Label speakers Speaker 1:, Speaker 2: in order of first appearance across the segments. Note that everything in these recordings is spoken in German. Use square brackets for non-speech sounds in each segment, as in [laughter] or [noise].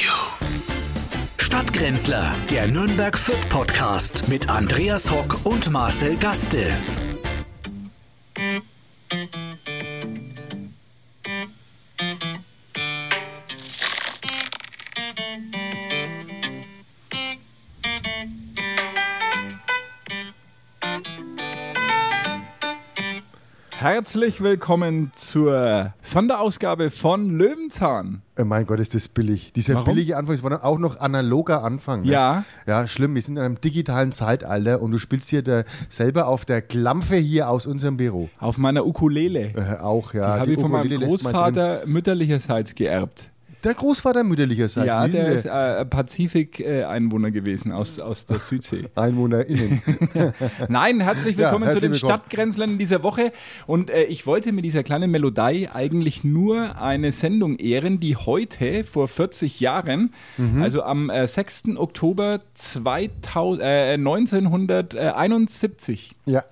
Speaker 1: you. Stadtgrenzler, der Nürnberg Fürth Podcast mit Andreas Hock und Marcel Gaste.
Speaker 2: Herzlich willkommen zur Sonderausgabe von Löwenzahn.
Speaker 3: Äh, Mein Gott, ist das billig. Dieser
Speaker 2: Warum?
Speaker 3: billige Anfang, es war dann auch noch analoger Anfang. Ne?
Speaker 2: Ja.
Speaker 3: Ja, schlimm. Wir sind in einem digitalen Zeitalter und du spielst hier der, selber auf der Klampfe hier aus unserem Büro.
Speaker 2: Auf meiner Ukulele.
Speaker 3: Äh, auch, ja.
Speaker 2: Habe
Speaker 3: die
Speaker 2: ich von meinem
Speaker 3: Ukulele lässt man drin.
Speaker 2: Großvater mütterlicherseits geerbt.
Speaker 3: Der Großvater mütterlicherseits.
Speaker 2: ja,
Speaker 3: Wie sind
Speaker 2: der ist äh, Pazifik-Einwohner gewesen aus, aus der
Speaker 3: [laughs]
Speaker 2: Südsee. [laughs]
Speaker 3: EinwohnerInnen.
Speaker 2: Nein, herzlich
Speaker 3: Ja,
Speaker 2: willkommen zu
Speaker 3: herzlich
Speaker 2: den
Speaker 3: willkommen.
Speaker 2: Stadtgrenzlern dieser Woche. Und äh, ich wollte mit dieser kleinen Melodie eigentlich nur eine Sendung ehren, die heute vor 40 Jahren,
Speaker 3: Mhm.
Speaker 2: also am äh, 6. Oktober 2000, äh, 1971,
Speaker 3: ja,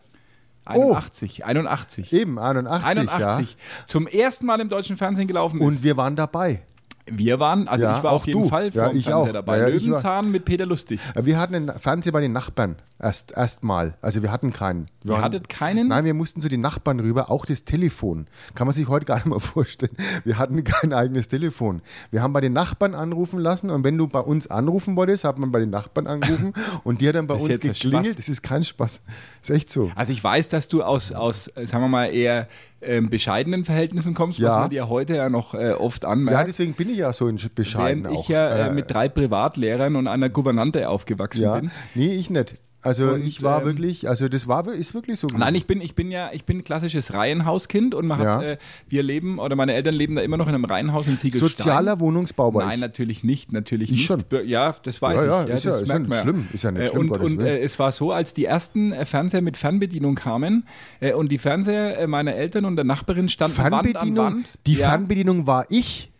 Speaker 2: 81,
Speaker 3: Oh.
Speaker 2: 81.
Speaker 3: eben, 81.
Speaker 2: 81 zum ersten Mal im deutschen Fernsehen gelaufen
Speaker 3: Ja.
Speaker 2: ist.
Speaker 3: Und wir waren dabei.
Speaker 2: wir waren, also
Speaker 3: Ja,
Speaker 2: ich war auf
Speaker 3: auch
Speaker 2: jeden
Speaker 3: du.
Speaker 2: Fall vom
Speaker 3: Ja, ich
Speaker 2: Fernseher
Speaker 3: auch.
Speaker 2: dabei.
Speaker 3: Ja, ja, ich war-
Speaker 2: Löwenzahn mit Peter Lustig.
Speaker 3: Äh, Wir hatten einen Fernseher bei den Nachbarn erst erstmal. Also wir hatten keinen.
Speaker 2: Ihr
Speaker 3: Wir waren-
Speaker 2: hattet keinen?
Speaker 3: Nein, wir mussten zu den Nachbarn rüber, auch das Telefon. Kann man sich heute gar nicht mehr [laughs] vorstellen. Wir hatten kein eigenes Telefon. Wir haben bei den Nachbarn anrufen lassen und wenn du bei uns anrufen wolltest, hat man bei den
Speaker 2: [laughs]
Speaker 3: Nachbarn angerufen und die hat dann bei
Speaker 2: Das ist
Speaker 3: uns
Speaker 2: jetzt ein Spaß.
Speaker 3: geklingelt. Das ist kein Spaß. Das ist echt so.
Speaker 2: Also ich weiß, dass du aus, aus äh, sagen wir mal, eher ähm, bescheidenen Verhältnissen kommst, was
Speaker 3: Ja.
Speaker 2: man dir heute ja noch äh, oft
Speaker 3: Ja,
Speaker 2: anmerkt.
Speaker 3: deswegen bin ich ja so in bescheiden
Speaker 2: während
Speaker 3: auch.
Speaker 2: ich ja äh,
Speaker 3: Äh,
Speaker 2: mit drei Privatlehrern und einer Gouvernante aufgewachsen
Speaker 3: ja.
Speaker 2: bin.
Speaker 3: Nee, ich nicht. Also
Speaker 2: Und,
Speaker 3: ich war
Speaker 2: ähm,
Speaker 3: wirklich, also das war ist wirklich so.
Speaker 2: Nein,
Speaker 3: gewesen.
Speaker 2: ich bin, ich bin ja, ich bin ein klassisches Reihenhauskind und man hat,
Speaker 3: Ja.
Speaker 2: äh, wir leben oder meine Eltern leben da immer noch in einem Reihenhaus in Ziegelstein.
Speaker 3: Sozialer Wohnungsbau war
Speaker 2: Nein,
Speaker 3: ich.
Speaker 2: natürlich nicht, natürlich
Speaker 3: Ich
Speaker 2: nicht.
Speaker 3: schon.
Speaker 2: Bö- Ja, das weiß
Speaker 3: Ja,
Speaker 2: ich.
Speaker 3: ja, ist ja-
Speaker 2: das
Speaker 3: ist ja
Speaker 2: merkt
Speaker 3: nicht
Speaker 2: man
Speaker 3: schlimm. Ist ja nicht schlimm,
Speaker 2: Äh, und
Speaker 3: Gottes
Speaker 2: und
Speaker 3: Willen.
Speaker 2: äh, es war so, als die ersten äh, Fernseher mit Fernbedienung kamen äh, und die Fernseher äh, meiner Eltern und der Nachbarin standen Wand an
Speaker 3: Fernbedienung,
Speaker 2: Wand.
Speaker 3: die
Speaker 2: ja,
Speaker 3: Fernbedienung war ich.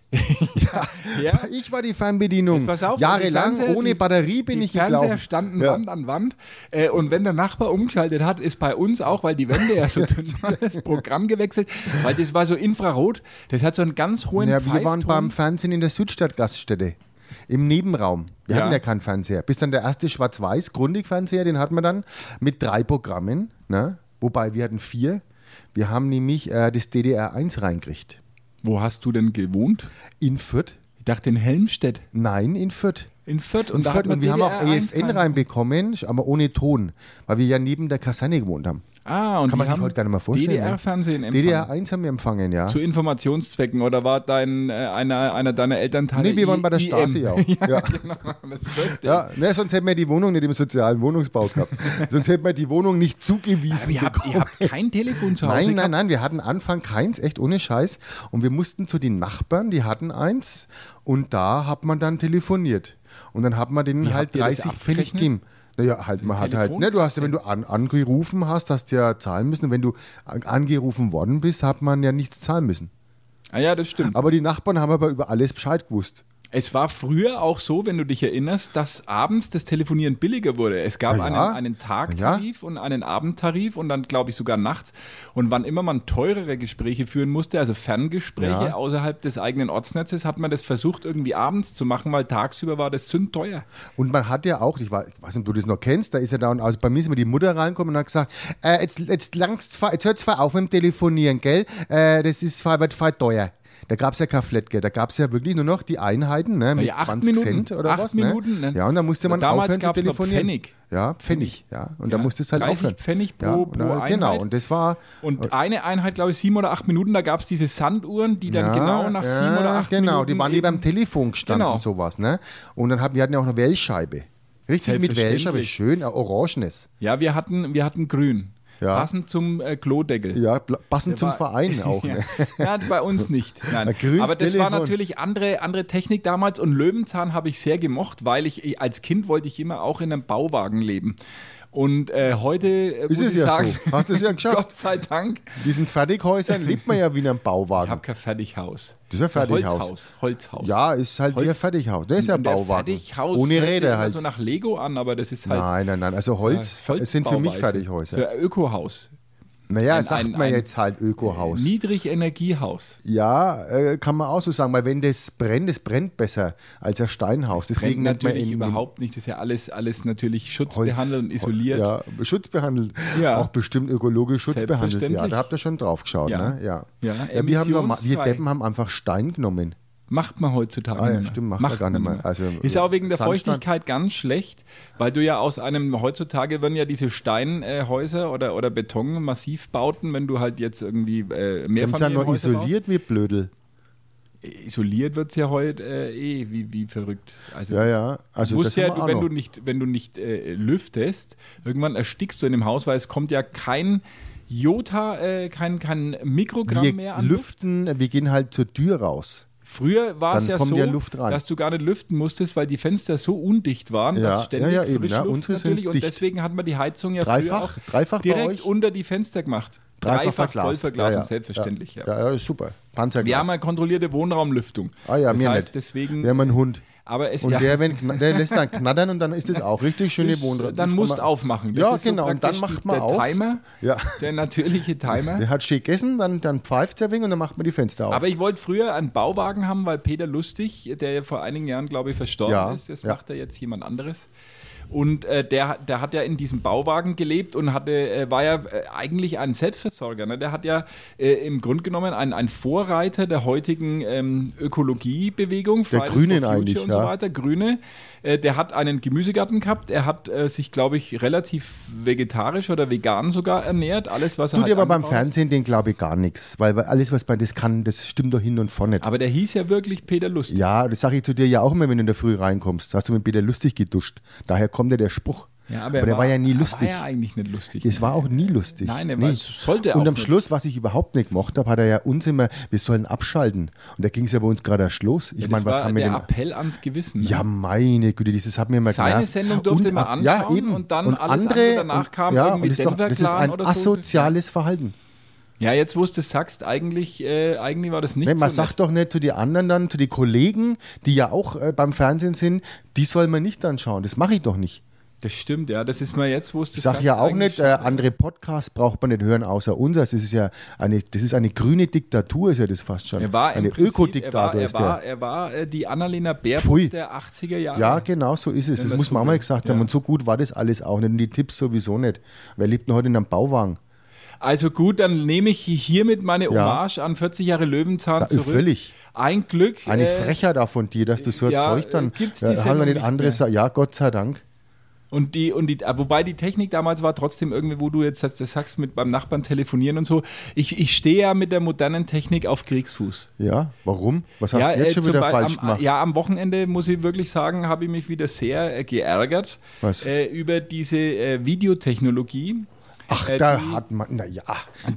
Speaker 2: ja.
Speaker 3: [laughs] Ich war die Fernbedienung.
Speaker 2: Jetzt pass auf, die
Speaker 3: Jahrelang
Speaker 2: Fernseher-
Speaker 3: ohne
Speaker 2: die-
Speaker 3: Batterie bin
Speaker 2: die
Speaker 3: ich
Speaker 2: Fernseher
Speaker 3: gelaufen.
Speaker 2: standen
Speaker 3: Ja.
Speaker 2: Wand an Wand. Äh, und wenn der Nachbar umgeschaltet hat, ist bei uns auch, weil die Wände
Speaker 3: [laughs]
Speaker 2: ja so dünn waren, das Programm gewechselt. Weil das war so Infrarot. Das hat so einen ganz hohen
Speaker 3: Ja, wir waren
Speaker 2: Pfeifton.
Speaker 3: beim Fernsehen in der Südstadt-Gaststätte. Im Nebenraum. Wir
Speaker 2: Ja.
Speaker 3: hatten ja keinen Fernseher. Bis dann der erste Schwarz-Weiß-Grundig-Fernseher, den hatten wir dann mit drei Programmen. Ne? Wobei wir hatten vier. Wir haben nämlich äh, das DDR1 reingekriegt.
Speaker 2: Wo hast du denn gewohnt?
Speaker 3: In Fürth?
Speaker 2: Ich dachte in Helmstedt.
Speaker 3: Nein, in Fürth.
Speaker 2: In Fürth. Und,
Speaker 3: In
Speaker 2: da hat
Speaker 3: Fürth.
Speaker 2: man
Speaker 3: Und wir haben auch E
Speaker 2: DDR1
Speaker 3: EFN reinbekommen, aber ohne Ton, weil wir ja neben der Kaserne gewohnt haben.
Speaker 2: Ah, und
Speaker 3: Kann man
Speaker 2: die
Speaker 3: sich
Speaker 2: haben
Speaker 3: heute gar nicht mehr vorstellen. ne?
Speaker 2: DDR-Fernsehen empfangen.
Speaker 3: DDR1 haben wir empfangen, ja.
Speaker 2: Zu Informationszwecken oder war dein, äh, einer, einer deiner Elternteile?
Speaker 3: Nee, wir waren bei der
Speaker 2: IM?
Speaker 3: Stasi
Speaker 2: [laughs]
Speaker 3: auch.
Speaker 2: ja,
Speaker 3: Ja.
Speaker 2: genau. Das wird
Speaker 3: Ja, ne, sonst hätten wir die Wohnung nicht im sozialen Wohnungsbau
Speaker 2: [laughs]
Speaker 3: gehabt. sonst hätten wir die Wohnung nicht zugewiesen
Speaker 2: Aber ihr, habt,
Speaker 3: bekommen.
Speaker 2: ihr habt kein Telefon zu Hause
Speaker 3: Nein, nein,
Speaker 2: gehabt?
Speaker 3: nein, wir hatten Anfang keins, echt ohne Scheiß. Und wir mussten zu den Nachbarn, die hatten eins. Und da hat man dann telefoniert. Und dann hat man denen
Speaker 2: Wie
Speaker 3: halt
Speaker 2: habt ihr das
Speaker 3: 30 Pfennig
Speaker 2: abgerechnet?
Speaker 3: gegeben. Naja, halt, man hat halt,
Speaker 2: Telefon-
Speaker 3: ne, du hast ja, wenn du an, angerufen hast, hast du ja zahlen müssen. Und wenn du an- angerufen worden bist, hat man ja nichts zahlen müssen.
Speaker 2: Ah ja, das stimmt.
Speaker 3: Aber die Nachbarn haben aber über alles Bescheid gewusst.
Speaker 2: Es war früher auch so, wenn du dich erinnerst, dass abends das Telefonieren billiger wurde. Es gab
Speaker 3: Na
Speaker 2: einen,
Speaker 3: ja.
Speaker 2: einen Tagtarif und einen Abendtarif und dann, glaube ich, sogar nachts. Und wann immer man teurere Gespräche führen musste, also Ferngespräche
Speaker 3: Ja.
Speaker 2: außerhalb des eigenen Ortsnetzes, hat man das versucht, irgendwie abends zu machen, weil tagsüber war das sündteuer.
Speaker 3: Und man hat ja auch, ich weiß, ich weiß nicht, ob du das noch kennst, da ist ja da und also bei mir ist immer die Mutter reingekommen und hat gesagt, äh, jetzt, jetzt, langst, jetzt hört zwar auf mit dem Telefonieren, gell? Äh, das ist fahr- wird voll teuer. Da gab es ja kein Flatgeld, da gab es ja wirklich nur noch die Einheiten, ne? Mit
Speaker 2: Ja, acht
Speaker 3: 20
Speaker 2: Minuten,
Speaker 3: Cent oder
Speaker 2: acht
Speaker 3: was?
Speaker 2: Minuten, ne?
Speaker 3: ne? Ja, und da musste man
Speaker 2: Damals
Speaker 3: aufhören zu
Speaker 2: gab's noch
Speaker 3: telefonieren.
Speaker 2: Pfennig.
Speaker 3: Ja, Pfennig, ja. Und
Speaker 2: Ja,
Speaker 3: da musste es halt
Speaker 2: 30
Speaker 3: aufhören.
Speaker 2: Pfennig pro-
Speaker 3: ja, und
Speaker 2: pro
Speaker 3: da- Genau,
Speaker 2: Einheit.
Speaker 3: und das war.
Speaker 2: Und eine Einheit, glaube ich, sieben oder acht Minuten, da gab es diese Sanduhren, die dann genau nach sieben
Speaker 3: ja,
Speaker 2: oder acht
Speaker 3: genau,
Speaker 2: Minuten.
Speaker 3: die waren lieber am
Speaker 2: eben-
Speaker 3: Telefon gestanden,
Speaker 2: Genau.
Speaker 3: sowas, ne? Und dann haben, wir hatten ja auch noch Wählscheibe. Richtig mit Wählscheibe,
Speaker 2: Selbstverständlich.
Speaker 3: schön, ein orangenes.
Speaker 2: Ja, wir hatten, wir hatten grün.
Speaker 3: Ja.
Speaker 2: Passend zum äh, Klodeckel.
Speaker 3: Ja, bla- passend
Speaker 2: Der
Speaker 3: zum
Speaker 2: war- [laughs]
Speaker 3: Verein auch. Ne?
Speaker 2: Ja, bei uns nicht. Nein.
Speaker 3: Ein grünes
Speaker 2: Aber das war
Speaker 3: Telefon.
Speaker 2: natürlich andere, andere Technik damals und Löwenzahn habe ich sehr gemocht, weil ich ich- als Kind wollte ich immer auch in einem Bauwagen leben. Und äh, heute äh,
Speaker 3: Ist
Speaker 2: muss
Speaker 3: es
Speaker 2: ich
Speaker 3: ja
Speaker 2: sagen,
Speaker 3: so. Hast du es
Speaker 2: [laughs]
Speaker 3: ja geschafft.
Speaker 2: Gott sei Dank,
Speaker 3: Diesen Fertighäusern lebt man ja wie in einem
Speaker 2: ich
Speaker 3: Bauwagen.
Speaker 2: habe kein Fertighaus.
Speaker 3: Das ist ja Fertighaus.
Speaker 2: Holzhaus. Holzhaus.
Speaker 3: Ja, ist halt wie ein
Speaker 2: Holz-
Speaker 3: Fertighaus. Der ist ja ein
Speaker 2: Und der
Speaker 3: Bauwagen.
Speaker 2: Fertighaus
Speaker 3: Ohne
Speaker 2: hört sich
Speaker 3: Räder
Speaker 2: immer
Speaker 3: halt.
Speaker 2: so nach Lego an, aber das ist halt
Speaker 3: nein, nein, nein. Also Holz sind für mich Fertighäuser.
Speaker 2: Für Ökohaus.
Speaker 3: Naja,
Speaker 2: Ein-
Speaker 3: sagt
Speaker 2: ein-
Speaker 3: man
Speaker 2: ein- Äh,
Speaker 3: jetzt halt Ökohaus.
Speaker 2: Niedrigenergiehaus.
Speaker 3: Ja, äh, kann man auch so sagen, weil wenn das brennt, das brennt besser als ein Steinhaus. Deswegen
Speaker 2: Brennt
Speaker 3: nennt man
Speaker 2: natürlich
Speaker 3: im- im
Speaker 2: überhaupt nicht. Das ist ja alles, alles natürlich
Speaker 3: Holz-
Speaker 2: schutzbehandelt und isoliert.
Speaker 3: Ja, schutzbehandelt.
Speaker 2: Ja.
Speaker 3: Auch bestimmt ökologisch schutzbehandelt. Ja,
Speaker 2: Selbstverständlich.
Speaker 3: da habt ihr schon drauf geschaut.
Speaker 2: Ja.
Speaker 3: Ne? Ja.
Speaker 2: Ja,
Speaker 3: wir, haben doch, mal- wir
Speaker 2: emissionsfrei.
Speaker 3: Deppen haben einfach Stein genommen.
Speaker 2: Macht man heutzutage
Speaker 3: Ah ja,
Speaker 2: nicht mehr.
Speaker 3: stimmt, macht man gar nicht mehr. Also,
Speaker 2: ist auch wegen der
Speaker 3: Sandstein-
Speaker 2: Feuchtigkeit ganz schlecht, weil du ja aus einem, heutzutage werden ja diese Steinhäuser äh, oder, oder Betonmassivbauten, wenn du halt jetzt irgendwie äh,
Speaker 3: Wir haben es ja nur
Speaker 2: Mehrfamilienhäuser
Speaker 3: isoliert, wir Blödel.
Speaker 2: Baust. Äh, Isoliert wird es ja heute äh, eh, wie, wie verrückt. Also,
Speaker 3: Ja, ja. Also
Speaker 2: du
Speaker 3: das
Speaker 2: musst ja,
Speaker 3: haben wir auch
Speaker 2: wenn
Speaker 3: noch.
Speaker 2: du nicht, wenn du nicht äh, lüftest, irgendwann erstickst du in dem Haus, weil es kommt ja kein Jota, äh, kein, kein Mikrogramm mehr
Speaker 3: wir
Speaker 2: an Luft.
Speaker 3: lüften, wir gehen halt zur Tür raus.
Speaker 2: Früher war es
Speaker 3: Dann
Speaker 2: ja
Speaker 3: kommt
Speaker 2: so,
Speaker 3: ja Luft rein.
Speaker 2: dass du gar nicht lüften musstest, weil die Fenster so undicht waren,
Speaker 3: Ja,
Speaker 2: dass ständig
Speaker 3: ja, ja, eben,
Speaker 2: frische
Speaker 3: ja,
Speaker 2: Luft
Speaker 3: unsere sind
Speaker 2: natürlich und
Speaker 3: dicht.
Speaker 2: deswegen hat man die Heizung ja früher
Speaker 3: Dreifach?
Speaker 2: auch
Speaker 3: Dreifach bei
Speaker 2: direkt
Speaker 3: euch?
Speaker 2: unter die Fenster gemacht.
Speaker 3: verglast.
Speaker 2: Vollverglasung,
Speaker 3: Ja, ja.
Speaker 2: selbstverständlich. Ja.
Speaker 3: Ja, ja, ist super. Panzerglas.
Speaker 2: Wir haben eine kontrollierte Wohnraumlüftung.
Speaker 3: ah, ja,
Speaker 2: das
Speaker 3: mir
Speaker 2: heißt
Speaker 3: nicht.
Speaker 2: deswegen,
Speaker 3: wir haben einen Hund.
Speaker 2: aber es
Speaker 3: Und
Speaker 2: ja,
Speaker 3: der, wenn, kna- der lässt dann knattern und dann ist es auch richtig schöne
Speaker 2: ist-
Speaker 3: Wohnraum.
Speaker 2: dann musst aufmachen. Das
Speaker 3: ja,
Speaker 2: ist so
Speaker 3: genau. und dann
Speaker 2: praktisch
Speaker 3: macht man
Speaker 2: der
Speaker 3: auf.
Speaker 2: Timer,
Speaker 3: Ja.
Speaker 2: der natürliche Timer.
Speaker 3: Der hat schick gegessen, dann, dann pfeift er wegen und dann macht man die Fenster auf.
Speaker 2: Aber ich wollte früher einen Bauwagen haben, weil Peter Lustig, der ja vor einigen Jahren, glaube ich, verstorben
Speaker 3: Ja,
Speaker 2: ist, das
Speaker 3: ja.
Speaker 2: macht er jetzt jemand anderes. Und äh, der, der hat ja in diesem Bauwagen gelebt und hatte, äh, war ja äh, eigentlich ein Selbstversorger. Ne? Der hat ja äh, im Grunde genommen ein, ein Vorreiter der heutigen ähm, Ökologiebewegung,
Speaker 3: Grünen eigentlich,
Speaker 2: und so
Speaker 3: ja.
Speaker 2: weiter, Grüne. Äh, der hat einen Gemüsegarten gehabt. Er hat äh, sich, glaube ich, relativ vegetarisch oder vegan sogar ernährt. Alles, was er
Speaker 3: Tut
Speaker 2: halt
Speaker 3: dir aber beim
Speaker 2: angebaut hat.
Speaker 3: Fernsehen, den glaube ich gar nichts. Weil weil alles, was man das kann, das stimmt doch hin und vorne.
Speaker 2: Aber der hieß ja wirklich Peter Lustig.
Speaker 3: Ja, das sage ich zu dir ja auch immer, wenn du in der Früh reinkommst. Da hast du mit Peter lustig geduscht. Daher kommt ja der Spruch.
Speaker 2: er
Speaker 3: der war, ja nie
Speaker 2: er
Speaker 3: lustig.
Speaker 2: War ja eigentlich nicht lustig. ne?
Speaker 3: Es war auch nie lustig.
Speaker 2: Nein, er war- sollte
Speaker 3: Und
Speaker 2: auch
Speaker 3: am
Speaker 2: nicht.
Speaker 3: Schluss, was ich überhaupt nicht mochte, hab, hat er ja uns immer, wir sollen abschalten. Und da ging es ja bei uns gerade erst los. Ich
Speaker 2: Ja, das
Speaker 3: meine, was
Speaker 2: war
Speaker 3: haben wir
Speaker 2: der
Speaker 3: denn?
Speaker 2: Appell ans Gewissen. ne?
Speaker 3: Ja, meine Güte, dieses hat mir immer
Speaker 2: Seine
Speaker 3: genervt.
Speaker 2: Sendung durfte
Speaker 3: Und
Speaker 2: man
Speaker 3: ab-
Speaker 2: anschauen und dann alles andere danach kam
Speaker 3: ja,
Speaker 2: irgendwie
Speaker 3: und das, ist doch,
Speaker 2: Denver
Speaker 3: das ist
Speaker 2: Clan
Speaker 3: ein
Speaker 2: oder so.
Speaker 3: asoziales Verhalten.
Speaker 2: ja jetzt wo du es sagst, eigentlich, äh, eigentlich war das nicht
Speaker 3: Nee, man
Speaker 2: so
Speaker 3: sagt doch nicht zu den anderen dann, zu den Kollegen, die ja auch äh, beim Fernsehen sind, die soll man nicht anschauen. Das mache ich doch nicht.
Speaker 2: nett. Das stimmt, ja. Das ist mal jetzt, wo du
Speaker 3: Ich sage ja auch nicht, äh, andere Podcasts braucht man nicht hören außer unseres. Das ist ja eine, das ist eine grüne Diktatur, ist ja das fast schon.
Speaker 2: er war im
Speaker 3: eine
Speaker 2: Prinzip-
Speaker 3: Ökodiktatur
Speaker 2: er
Speaker 3: ist
Speaker 2: war, er war,
Speaker 3: der.
Speaker 2: er war äh, die Annalena
Speaker 3: Pfui.
Speaker 2: Baerbock der 80er Jahre.
Speaker 3: Ja, genau so ist es. Das
Speaker 2: man
Speaker 3: muss
Speaker 2: so
Speaker 3: man auch mal
Speaker 2: will.
Speaker 3: gesagt
Speaker 2: Ja.
Speaker 3: haben. Und so gut war das alles auch nicht. Und die Tipps sowieso nicht. Wer lebt denn heute in einem Bauwagen?
Speaker 2: Also gut, dann nehme ich hiermit meine Hommage an 40 Jahre Löwenzahn
Speaker 3: Na,
Speaker 2: zurück.
Speaker 3: völlig.
Speaker 2: Ein Glück.
Speaker 3: Eine
Speaker 2: äh,
Speaker 3: Frecher da von dir, dass du so ein
Speaker 2: ja,
Speaker 3: Zeug dann.
Speaker 2: äh, gibt's die
Speaker 3: ja, haben wir
Speaker 2: Sendung
Speaker 3: nicht
Speaker 2: nicht
Speaker 3: andere
Speaker 2: mehr.
Speaker 3: Sa- Ja, Gott sei Dank.
Speaker 2: Und die, und die, äh, wobei die Technik damals war trotzdem irgendwie, wo du jetzt das das sagst, mit beim Nachbarn telefonieren und so. Ich, ich stehe ja mit der modernen Technik auf Kriegsfuß.
Speaker 3: Ja, warum? Was hast du
Speaker 2: äh,
Speaker 3: jetzt schon
Speaker 2: zum
Speaker 3: wieder
Speaker 2: Be-
Speaker 3: falsch
Speaker 2: am,
Speaker 3: gemacht?
Speaker 2: Ja, am Wochenende muss ich wirklich sagen, habe ich mich wieder sehr äh, geärgert
Speaker 3: Was?
Speaker 2: Äh, über diese äh, Videotechnologie.
Speaker 3: Ach,
Speaker 2: äh,
Speaker 3: da
Speaker 2: die-
Speaker 3: hat man. Naja.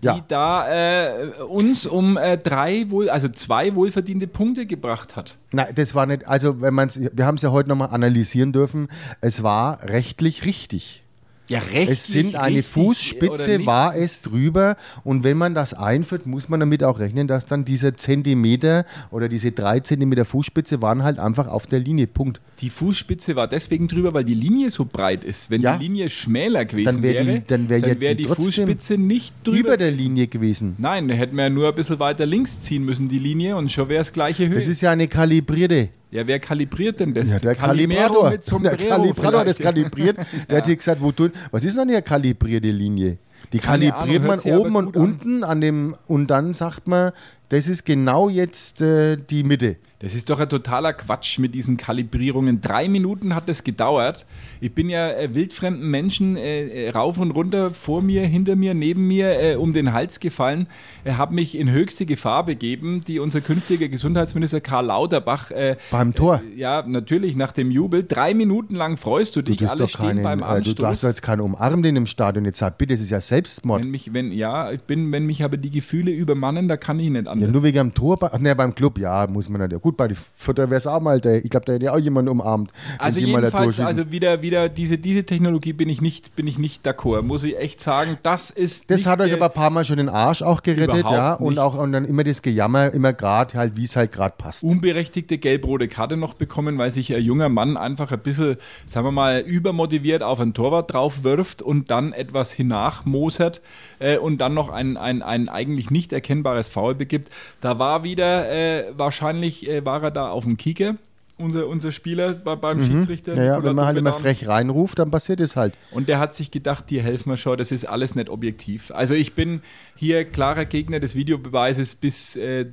Speaker 2: die
Speaker 3: Ja.
Speaker 2: da äh, uns um äh, drei wohl, also zwei wohlverdiente Punkte gebracht hat.
Speaker 3: Nein, das war nicht. Also, wenn man's, wir haben es ja heute nochmal analysieren dürfen. Es war rechtlich richtig.
Speaker 2: Ja, rechtlich.
Speaker 3: Es sind eine
Speaker 2: richtig oder
Speaker 3: Fußspitze,
Speaker 2: nicht.
Speaker 3: war es drüber. Und wenn man das einführt, muss man damit auch rechnen, dass dann dieser Zentimeter oder diese drei Zentimeter Fußspitze waren halt einfach auf der Linie. Punkt.
Speaker 2: Die Fußspitze war deswegen drüber, weil die Linie so breit ist. Wenn
Speaker 3: Ja.
Speaker 2: die Linie schmäler gewesen
Speaker 3: Dann wär die-
Speaker 2: wäre,
Speaker 3: dann wär ja
Speaker 2: wär
Speaker 3: die
Speaker 2: die,
Speaker 3: trotzdem
Speaker 2: Fußspitze nicht drüber.
Speaker 3: Über der Linie gewesen.
Speaker 2: Nein, da hätten wir ja nur ein bisschen weiter links ziehen müssen, die Linie, und schon wäre es gleiche Höhe.
Speaker 3: Das ist ja eine kalibrierte.
Speaker 2: ja, wer kalibriert denn das?
Speaker 3: Ja, der
Speaker 2: Calimero
Speaker 3: Kalibrator.
Speaker 2: mit Sombrero
Speaker 3: Der Kalibrator hat das
Speaker 2: vielleicht. [laughs]
Speaker 3: kalibriert. Der hat hier gesagt, wo du, was ist denn eine kalibrierte Linie? Die
Speaker 2: Keine
Speaker 3: kalibriert
Speaker 2: Ahnung,
Speaker 3: man
Speaker 2: hört sich aber
Speaker 3: oben und
Speaker 2: gut an.
Speaker 3: unten an dem und dann sagt man, das ist genau jetzt äh, die Mitte.
Speaker 2: Das ist doch ein totaler Quatsch mit diesen Kalibrierungen. Drei Minuten hat das gedauert. Ich bin ja äh, wildfremden Menschen äh, äh, rauf und runter, vor mir, hinter mir, neben mir äh, um den Hals gefallen, äh, habe mich in höchste Gefahr begeben, die unser künftiger Gesundheitsminister Karl Lauterbach äh,
Speaker 3: Beim Tor.
Speaker 2: ja, natürlich nach dem Jubel. Drei Minuten lang freust du
Speaker 3: Du,
Speaker 2: dich,
Speaker 3: tust
Speaker 2: alle
Speaker 3: doch
Speaker 2: stehen
Speaker 3: keinen,
Speaker 2: beim
Speaker 3: äh, du,
Speaker 2: Anstoß.
Speaker 3: du hast doch jetzt keinen umarmt in dem Stadion. Jetzt sag bitte, das ist ja Selbstmord.
Speaker 2: wenn mich, wenn, ja, ich bin, wenn mich aber die Gefühle übermannen, da kann ich nicht
Speaker 3: Ja,
Speaker 2: anders.
Speaker 3: nur wegen dem Tor, bei- ach, nee, beim ne, Club, ja, muss man nicht. Gut, Gut, bei der Vierter wäre es auch mal der. Ich glaube, da hätte ja auch jemand umarmt. wenn
Speaker 2: Also
Speaker 3: die mal da
Speaker 2: jedenfalls,
Speaker 3: durchschießen.
Speaker 2: also wieder, wieder diese, diese Technologie bin ich nicht, bin ich nicht d'accord. Muss ich echt sagen, das ist
Speaker 3: Das
Speaker 2: nicht,
Speaker 3: hat euch
Speaker 2: äh,
Speaker 3: aber ein paar Mal schon den Arsch auch gerettet,
Speaker 2: Überhaupt
Speaker 3: ja. Und
Speaker 2: nicht.
Speaker 3: auch und dann immer das Gejammer, immer gerade halt, wie es halt gerade passt.
Speaker 2: Um unberechtigte gelb-rote Karte noch bekommen, weil sich ein junger Mann einfach ein bisschen, sagen wir mal, übermotiviert auf einen Torwart drauf wirft und dann etwas hinachmosert äh, und dann noch ein, ein, ein eigentlich nicht erkennbares Foul begibt. Da war wieder, äh, wahrscheinlich äh, war er da auf dem Kicker, unser, unser Spieler bei, beim
Speaker 3: Mhm.
Speaker 2: Schiedsrichter.
Speaker 3: Naja,
Speaker 2: Nikola
Speaker 3: wenn man halt immer
Speaker 2: Dubedan.
Speaker 3: frech reinruft, dann passiert es halt.
Speaker 2: Und der hat sich gedacht, dir helfen wir schon, das ist alles nicht objektiv. Also ich bin hier klarer Gegner des Videobeweises bis äh,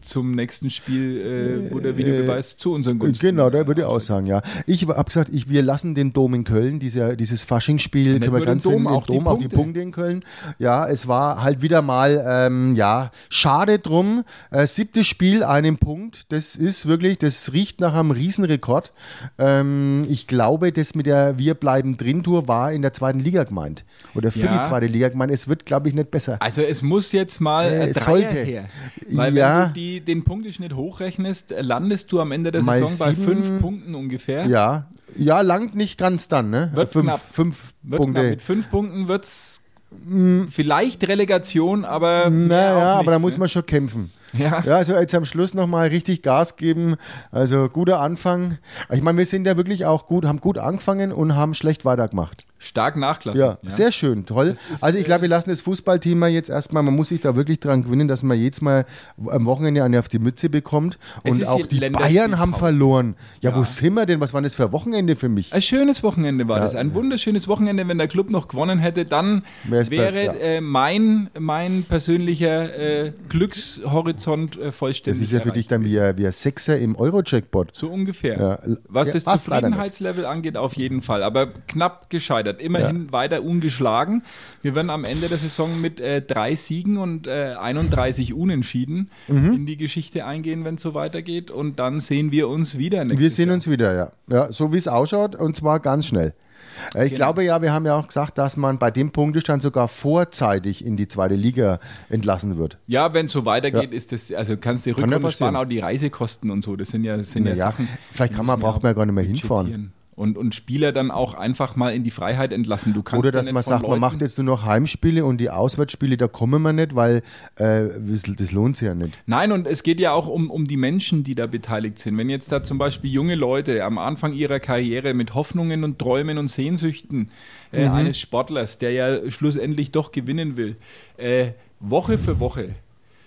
Speaker 2: zum nächsten Spiel, äh, wo der Videobeweis zu unseren Gunsten.
Speaker 3: Genau, da würde ich auch sagen, ja. Ich habe gesagt, ich, wir lassen den Dom in Köln, dieser, dieses Faschingsspiel, können
Speaker 2: nur
Speaker 3: wir
Speaker 2: den
Speaker 3: ganz
Speaker 2: Dom,
Speaker 3: den
Speaker 2: auch die
Speaker 3: Dom, auch die
Speaker 2: Punkte.
Speaker 3: Punkte in Köln. Ja, es war halt wieder mal, ähm, ja, schade drum. Äh, siebtes Spiel, einen Punkt. Das ist wirklich, das riecht nach einem Riesenrekord. Ähm, ich glaube, das mit der Wir bleiben drin Tour war in der zweiten Liga gemeint. Oder für
Speaker 2: Ja.
Speaker 3: die zweite Liga gemeint. Es wird, glaube ich, nicht besser.
Speaker 2: Also es muss jetzt mal
Speaker 3: Äh,
Speaker 2: äh,
Speaker 3: es
Speaker 2: Dreier
Speaker 3: sollte.
Speaker 2: her. Weil
Speaker 3: Ja.
Speaker 2: wenn du die, den Punkteschnitt hochrechnest, äh, landest du am Ende der
Speaker 3: Mal
Speaker 2: Saison bei
Speaker 3: sieben.
Speaker 2: fünf Punkten ungefähr.
Speaker 3: Ja, ja, langt nicht ganz dann, ne?
Speaker 2: Wird
Speaker 3: fünf,
Speaker 2: knapp.
Speaker 3: fünf
Speaker 2: Wird
Speaker 3: Punkte. Mm.
Speaker 2: knapp. Mit fünf Punkten wird es vielleicht Relegation, aber mehr auch
Speaker 3: Naja,
Speaker 2: nicht,
Speaker 3: aber da muss
Speaker 2: ne?
Speaker 3: man schon kämpfen.
Speaker 2: Ja.
Speaker 3: ja, also jetzt am Schluss nochmal richtig Gas geben. Also guter Anfang. Ich meine, wir sind ja wirklich auch gut, haben gut angefangen und haben schlecht weitergemacht.
Speaker 2: stark nachlassen.
Speaker 3: Ja, sehr schön, toll.
Speaker 2: ist, äh,
Speaker 3: Also ich glaube, wir lassen das Fußballthema jetzt erstmal, man muss sich da wirklich dran gewinnen, dass man jedes Mal am Wochenende eine auf die Mütze bekommt.
Speaker 2: Es
Speaker 3: Und
Speaker 2: ist
Speaker 3: auch
Speaker 2: hier
Speaker 3: die Bayern
Speaker 2: Länderspielpause.
Speaker 3: haben verloren. Ja, wo
Speaker 2: Ja.
Speaker 3: sind wir denn? Was war denn das für ein Wochenende für mich?
Speaker 2: Ein schönes Wochenende war das. Ein wunderschönes Wochenende. Wenn der Club noch gewonnen hätte, dann
Speaker 3: Wär's
Speaker 2: wäre
Speaker 3: bleibt, ja.
Speaker 2: äh, mein, mein persönlicher äh, Glückshorizont äh, vollständig.
Speaker 3: Das ist ja für
Speaker 2: erreicht.
Speaker 3: dich dann wie ein, wie ein Sechser im Euro-Jackpot.
Speaker 2: So ungefähr.
Speaker 3: Ja, l-
Speaker 2: Was
Speaker 3: ja,
Speaker 2: das
Speaker 3: passt leider
Speaker 2: Zufriedenheitslevel angeht, auf jeden Fall. Aber knapp gescheitert. Immerhin weiter ungeschlagen. Wir werden am Ende der Saison mit äh, drei Siegen und äh, 31 Unentschieden
Speaker 3: Mhm.
Speaker 2: in die Geschichte eingehen, wenn es so weitergeht. Und dann sehen wir uns wieder. nächstes
Speaker 3: Wir sehen
Speaker 2: Jahr.
Speaker 3: uns wieder, ja. ja so wie es ausschaut, und zwar ganz schnell. Äh,
Speaker 2: Genau.
Speaker 3: Ich glaube ja, wir haben ja auch gesagt, dass man bei dem Punktestand sogar vorzeitig in die zweite Liga entlassen wird.
Speaker 2: Ja, wenn es so weitergeht, ist das, also kannst du die
Speaker 3: ja
Speaker 2: Rückrunde
Speaker 3: passieren.
Speaker 2: sparen, auch die Reisekosten und so. Das sind ja, das sind ja,
Speaker 3: Naja,
Speaker 2: Sachen.
Speaker 3: vielleicht
Speaker 2: die
Speaker 3: kann man,
Speaker 2: müssen
Speaker 3: braucht man ja gar nicht mehr
Speaker 2: budgetieren.
Speaker 3: hinfahren.
Speaker 2: Und, und Spieler dann auch einfach mal in die Freiheit entlassen. Du kannst
Speaker 3: Oder
Speaker 2: ja
Speaker 3: dass
Speaker 2: nicht
Speaker 3: man
Speaker 2: von
Speaker 3: sagt, man
Speaker 2: Leuten-
Speaker 3: macht jetzt nur noch Heimspiele und die Auswärtsspiele, da kommen wir nicht, weil äh, das, das lohnt sich ja nicht.
Speaker 2: Nein, und es geht ja auch um, um die Menschen, die da beteiligt sind. Wenn jetzt da zum Beispiel junge Leute am Anfang ihrer Karriere mit Hoffnungen und Träumen und Sehnsüchten äh, eines Sportlers, der ja schlussendlich doch gewinnen will, äh, Woche für Woche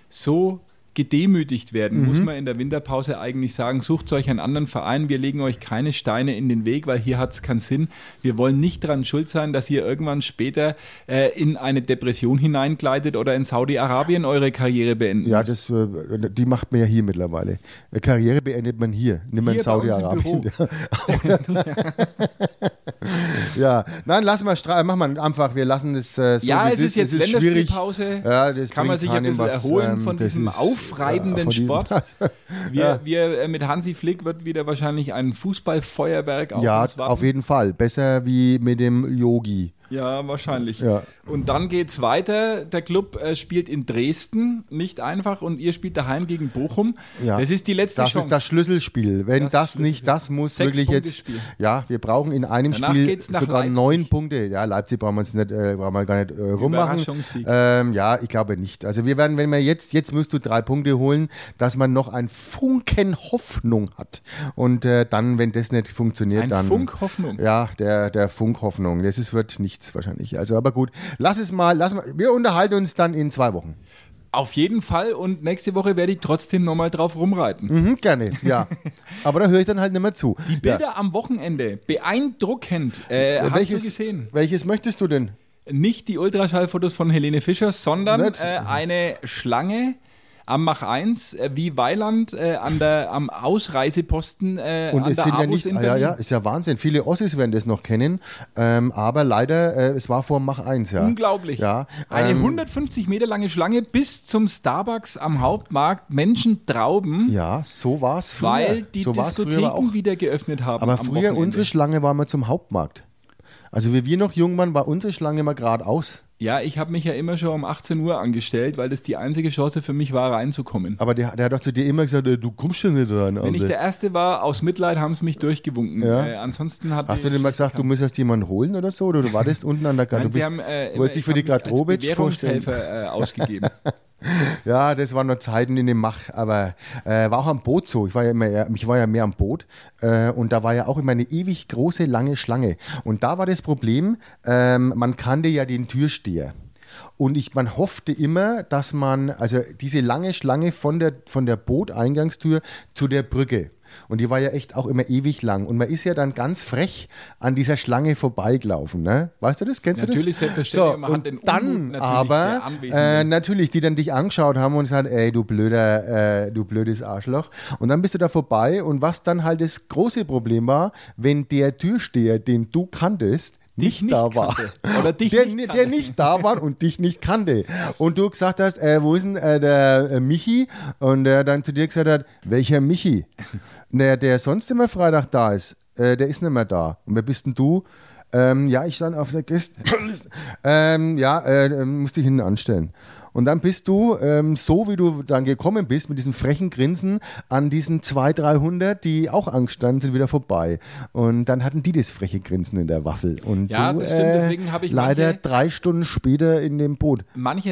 Speaker 2: so gedemütigt werden, muss man in der Winterpause eigentlich sagen, sucht euch einen anderen Verein, wir legen euch keine Steine in den Weg, weil hier hat es keinen Sinn. Wir wollen nicht daran schuld sein, dass ihr irgendwann später äh, in eine Depression hineingleitet oder in Saudi-Arabien eure Karriere beenden
Speaker 3: Ja,
Speaker 2: müsst.
Speaker 3: das, äh, die macht man ja hier mittlerweile. Äh, Karriere beendet man hier, nicht mehr in
Speaker 2: Hier bei uns im
Speaker 3: Saudi-Arabien.
Speaker 2: Büro.
Speaker 3: [laughs] ja, nein, lassen wir, stra- machen wir einfach, wir lassen das äh, so
Speaker 2: Ja,
Speaker 3: wie
Speaker 2: es ist jetzt
Speaker 3: schwierig.
Speaker 2: Länderspielpause.
Speaker 3: Ja, das
Speaker 2: Kann man
Speaker 3: bringt
Speaker 2: sich ein
Speaker 3: keinem
Speaker 2: bisschen
Speaker 3: was,
Speaker 2: erholen
Speaker 3: ähm,
Speaker 2: von
Speaker 3: das
Speaker 2: diesem
Speaker 3: ist, äh,
Speaker 2: aufreibenden
Speaker 3: von diesem- [laughs]
Speaker 2: Sport. Wir, wir äh, mit Hansi Flick wird wieder wahrscheinlich ein Fußballfeuerwerk auf
Speaker 3: ja,
Speaker 2: uns warten.
Speaker 3: auf jeden Fall. Besser wie mit dem Yogi.
Speaker 2: ja, wahrscheinlich.
Speaker 3: Ja.
Speaker 2: Und dann geht's weiter. Der Club äh, spielt in Dresden, nicht einfach, und ihr spielt daheim gegen Bochum.
Speaker 3: Ja.
Speaker 2: Das ist die letzte
Speaker 3: Das
Speaker 2: Chance.
Speaker 3: ist das Schlüsselspiel. Wenn das,
Speaker 2: Das
Speaker 3: nicht, das muss
Speaker 2: Sechs
Speaker 3: wirklich
Speaker 2: Punkte
Speaker 3: jetzt.
Speaker 2: Spiel.
Speaker 3: Ja, wir brauchen in einem
Speaker 2: Danach
Speaker 3: Spiel
Speaker 2: geht's nach
Speaker 3: sogar
Speaker 2: Leipzig.
Speaker 3: neun Punkte. Ja, Leipzig brauchen wir uns nicht, äh, brauchen wir gar nicht äh, rummachen.
Speaker 2: Überraschungssieg.
Speaker 3: Ähm, ja, ich glaube nicht. Also wir werden, wenn wir jetzt, jetzt musst du drei Punkte holen, dass man noch einen Funken Hoffnung hat. Und äh, dann, wenn das nicht funktioniert,
Speaker 2: Ein
Speaker 3: dann.
Speaker 2: Funk Hoffnung.
Speaker 3: Ja, der, der Funk Hoffnung. Das ist, wird nichts wahrscheinlich. Also, aber gut, lass es mal, lass mal. Wir unterhalten uns dann in zwei Wochen.
Speaker 2: Auf jeden Fall. Und nächste Woche werde ich trotzdem nochmal drauf rumreiten.
Speaker 3: Mhm, gerne,
Speaker 2: [laughs]
Speaker 3: ja. Aber da höre ich dann halt nicht mehr zu. Die
Speaker 2: Bilder am Wochenende. Beeindruckend. Äh,
Speaker 3: Ja.
Speaker 2: hast
Speaker 3: Welches,
Speaker 2: du gesehen?
Speaker 3: welches möchtest du denn?
Speaker 2: nicht die Ultraschallfotos von Helene Fischer, sondern
Speaker 3: Nicht?
Speaker 2: äh, eine Schlange am Mach 1, äh, wie Weiland äh, an der, am Ausreiseposten äh,
Speaker 3: Und
Speaker 2: an
Speaker 3: es
Speaker 2: der
Speaker 3: sind ja
Speaker 2: Abus
Speaker 3: nicht,
Speaker 2: in
Speaker 3: ah, ja,
Speaker 2: Berlin.
Speaker 3: ja, ist ja Wahnsinn. Viele Ossis werden das noch kennen, ähm, aber leider, äh, es war vor Mach 1, ja.
Speaker 2: Unglaublich.
Speaker 3: Ja,
Speaker 2: Eine
Speaker 3: ähm,
Speaker 2: 150 Meter lange Schlange bis zum Starbucks am Hauptmarkt. Menschen trauben,
Speaker 3: Ja, so war es früher.
Speaker 2: weil die
Speaker 3: so war's früher aber auch.
Speaker 2: Diskotheken wieder geöffnet haben.
Speaker 3: Aber
Speaker 2: am
Speaker 3: früher,
Speaker 2: Wochenende.
Speaker 3: unsere Schlange war mal zum Hauptmarkt. Also, wie wir noch jung waren, war unsere Schlange mal geradeaus.
Speaker 2: Ja, ich habe mich ja immer schon um 18 Uhr angestellt, weil das die einzige Chance für mich war, reinzukommen.
Speaker 3: Aber der, der hat doch zu dir immer gesagt, äh, du kommst schon nicht rein.
Speaker 2: Wenn ich
Speaker 3: Alter.
Speaker 2: der Erste war, aus Mitleid haben sie mich durchgewunken.
Speaker 3: Ja.
Speaker 2: Äh, ansonsten hat
Speaker 3: Hast du denn mal gesagt, du müsstest jemanden holen oder so? Oder du wartest unten an der
Speaker 2: Nein,
Speaker 3: Garderobe?
Speaker 2: sie haben, äh,
Speaker 3: du wolltest dich für die Garderobe vorstellen.
Speaker 2: Währungshelfer äh, [laughs] ausgegeben.
Speaker 3: Ja, das waren noch Zeiten in dem Mach, aber äh, war auch am Boot so. Ich war ja immer, eher- ich war ja mehr am Boot äh, und da war ja auch immer eine ewig große, lange Schlange. Und da war das Problem, ähm, man kannte ja den Türsteher. Und ich, man hoffte immer, dass man, also diese lange Schlange von der, von der Booteingangstür zu der Brücke. Und die war ja echt auch immer ewig lang. Und man ist ja dann ganz frech an dieser Schlange vorbeigelaufen. Ne? Weißt du das? Kennst
Speaker 2: Natürlich,
Speaker 3: du das?
Speaker 2: selbstverständlich.
Speaker 3: So,
Speaker 2: Man hat
Speaker 3: und
Speaker 2: den Unmut
Speaker 3: dann
Speaker 2: natürlich der
Speaker 3: aber
Speaker 2: Anwesenden.
Speaker 3: äh, natürlich, die dann dich angeschaut haben und gesagt, ey, du blöder, äh, du blödes Arschloch. Und dann bist du da vorbei und was dann halt das große Problem war, wenn der Türsteher, den du kanntest, nicht,
Speaker 2: nicht
Speaker 3: da war.
Speaker 2: kannte. Oder dich
Speaker 3: der,
Speaker 2: nicht
Speaker 3: nicht der
Speaker 2: kannte.
Speaker 3: nicht da war und dich nicht kannte. Und du gesagt hast, äh, wo ist denn äh, der äh, Michi? Und er dann zu dir gesagt hat, welcher Michi? Naja, der sonst immer Freitag da ist, äh, der ist nicht mehr da. Und wer bist denn du? Ähm, ja, ich stand auf der Christ. [coughs] ähm, ja, äh, äh, musste ich hinten anstellen. Und dann bist du, ähm, so wie du dann gekommen bist, mit diesem frechen Grinsen an diesen 200, 300, die auch angestanden sind, wieder vorbei. Und dann hatten die das freche Grinsen in der Waffel. Und
Speaker 2: Ja,
Speaker 3: du,
Speaker 2: das stimmt,
Speaker 3: äh,
Speaker 2: deswegen habe ich
Speaker 3: leider
Speaker 2: manche-
Speaker 3: drei Stunden später in dem Boot.
Speaker 2: manche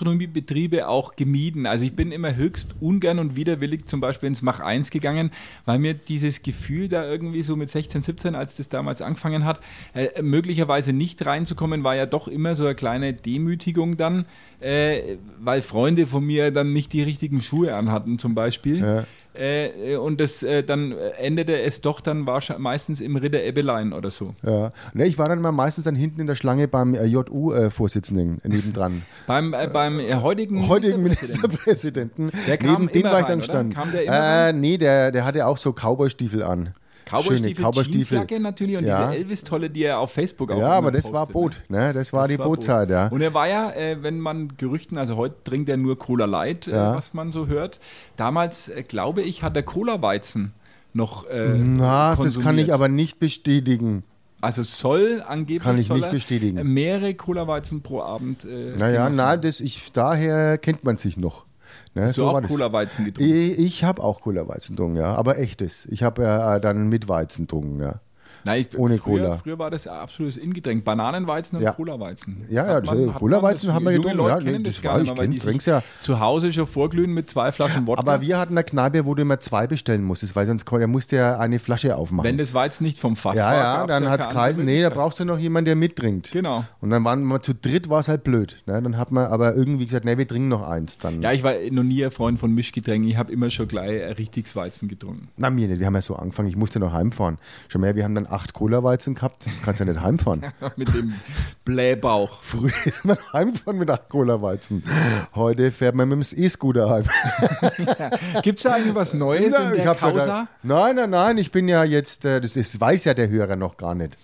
Speaker 2: Nachtgastronomiebetriebe auch gemieden. Also ich bin immer höchst ungern und widerwillig zum Beispiel ins Mach 1 gegangen, weil mir dieses Gefühl da irgendwie so mit 16, 17, als das damals angefangen hat, äh, möglicherweise nicht reinzukommen, war ja doch immer so eine kleine Demütigung dann, äh, weil Freunde von mir dann nicht die richtigen Schuhe anhatten zum Beispiel.
Speaker 3: Ja.
Speaker 2: Äh, und das äh, dann äh, endete es doch dann wahrscheinlich meistens im Ritter Ebbelein oder so.
Speaker 3: Ja. Ne, ich war dann mal meistens dann hinten in der Schlange beim äh, JU-Vorsitzenden
Speaker 2: [laughs]
Speaker 3: nebendran.
Speaker 2: Beim, äh, beim äh, heutigen,
Speaker 3: heutigen
Speaker 2: Ministerpräsidenten.
Speaker 3: Ministerpräsidenten.
Speaker 2: Der kam
Speaker 3: Neben dem
Speaker 2: immer
Speaker 3: war ich
Speaker 2: rein,
Speaker 3: dann
Speaker 2: oder?
Speaker 3: gestanden.
Speaker 2: Kam der immer
Speaker 3: äh, nee, der, der hatte auch so Cowboy-Stiefel an.
Speaker 2: Cowboystiefel,
Speaker 3: Schöne Cowboy-Stiefel.
Speaker 2: Jeansjacke natürlich und
Speaker 3: Ja.
Speaker 2: diese Elvis-Tolle, die er auf Facebook auch
Speaker 3: Ja,
Speaker 2: immer
Speaker 3: aber das war
Speaker 2: postet,
Speaker 3: Boot,
Speaker 2: ne?
Speaker 3: ne? Das war
Speaker 2: Das
Speaker 3: die
Speaker 2: Boot.
Speaker 3: Bootzeit, ja.
Speaker 2: Und er war ja, äh, wenn man Gerüchten, also heute trinkt er nur Cola Light,
Speaker 3: Ja.
Speaker 2: äh, was man so hört. Damals, äh, glaube ich, hat er Cola-Weizen noch äh,
Speaker 3: Na, das
Speaker 2: konsumiert.
Speaker 3: kann ich aber nicht bestätigen.
Speaker 2: Also soll angeblich
Speaker 3: Kann ich
Speaker 2: soll
Speaker 3: nicht
Speaker 2: er,
Speaker 3: bestätigen.
Speaker 2: äh, mehrere Cola-Weizen pro Abend. Äh,
Speaker 3: Naja,
Speaker 2: genossen
Speaker 3: na,
Speaker 2: haben.
Speaker 3: das ich, daher kennt man sich noch. Ne,
Speaker 2: Hast du auch Cola-Weizen getrunken?
Speaker 3: Ich, ich habe auch Cola-Weizen getrunken, ja, aber echtes. Ich habe äh, dann mit Weizen getrunken, ja.
Speaker 2: Nein, ich,
Speaker 3: ohne
Speaker 2: früher,
Speaker 3: Cola.
Speaker 2: Früher war das ein absolutes Ingetränk. Bananenweizen und
Speaker 3: Ja.
Speaker 2: Cola-Weizen.
Speaker 3: Ja, ja, das-
Speaker 2: hat
Speaker 3: Cola-Weizen
Speaker 2: das-
Speaker 3: hat man
Speaker 2: junge
Speaker 3: getrunken,
Speaker 2: Leute
Speaker 3: ja,
Speaker 2: kennen
Speaker 3: nee,
Speaker 2: das
Speaker 3: das
Speaker 2: gar
Speaker 3: war-
Speaker 2: nicht
Speaker 3: ich
Speaker 2: mehr, weil
Speaker 3: kenn-
Speaker 2: die sich
Speaker 3: trink's ja.
Speaker 2: zu Hause schon vorglühen mit zwei Flaschen Wodka.
Speaker 3: Aber wir hatten eine Kneipe, wo du immer zwei bestellen musstest, weil sonst kon- er musste ja eine Flasche aufmachen.
Speaker 2: Wenn das Weizen nicht vom Fass
Speaker 3: ja,
Speaker 2: war,
Speaker 3: ja,
Speaker 2: gab's
Speaker 3: dann hat's
Speaker 2: keine
Speaker 3: kreisen, nee, da
Speaker 2: andere
Speaker 3: brauchst du noch jemanden, der mittrinkt.
Speaker 2: Genau.
Speaker 3: Und dann waren wir zu dritt, war es halt blöd. Ne? Dann hat man aber irgendwie gesagt, nee, wir trinken noch eins dann.
Speaker 2: Ja, ich war noch nie ein Freund von Mischgetränken. Ich habe immer schon gleich äh, richtiges Weizen getrunken.
Speaker 3: [laughs] Na, mir nicht, wir haben ja so angefangen, ich musste noch heimfahren. Schon mehr, wir haben dann acht Cola-Weizen gehabt, das kannst du ja nicht
Speaker 2: [laughs]
Speaker 3: heimfahren.
Speaker 2: Mit dem Blähbauch.
Speaker 3: Früher ist man heimgefahren mit acht Cola-Weizen. Heute fährt man mit dem E-Scooter heim.
Speaker 2: Gibt es da eigentlich was Neues in der
Speaker 3: hab ja
Speaker 2: Causa?
Speaker 3: da- nein, nein, nein, ich bin ja jetzt, äh, das, das weiß ja der Hörer noch gar nicht.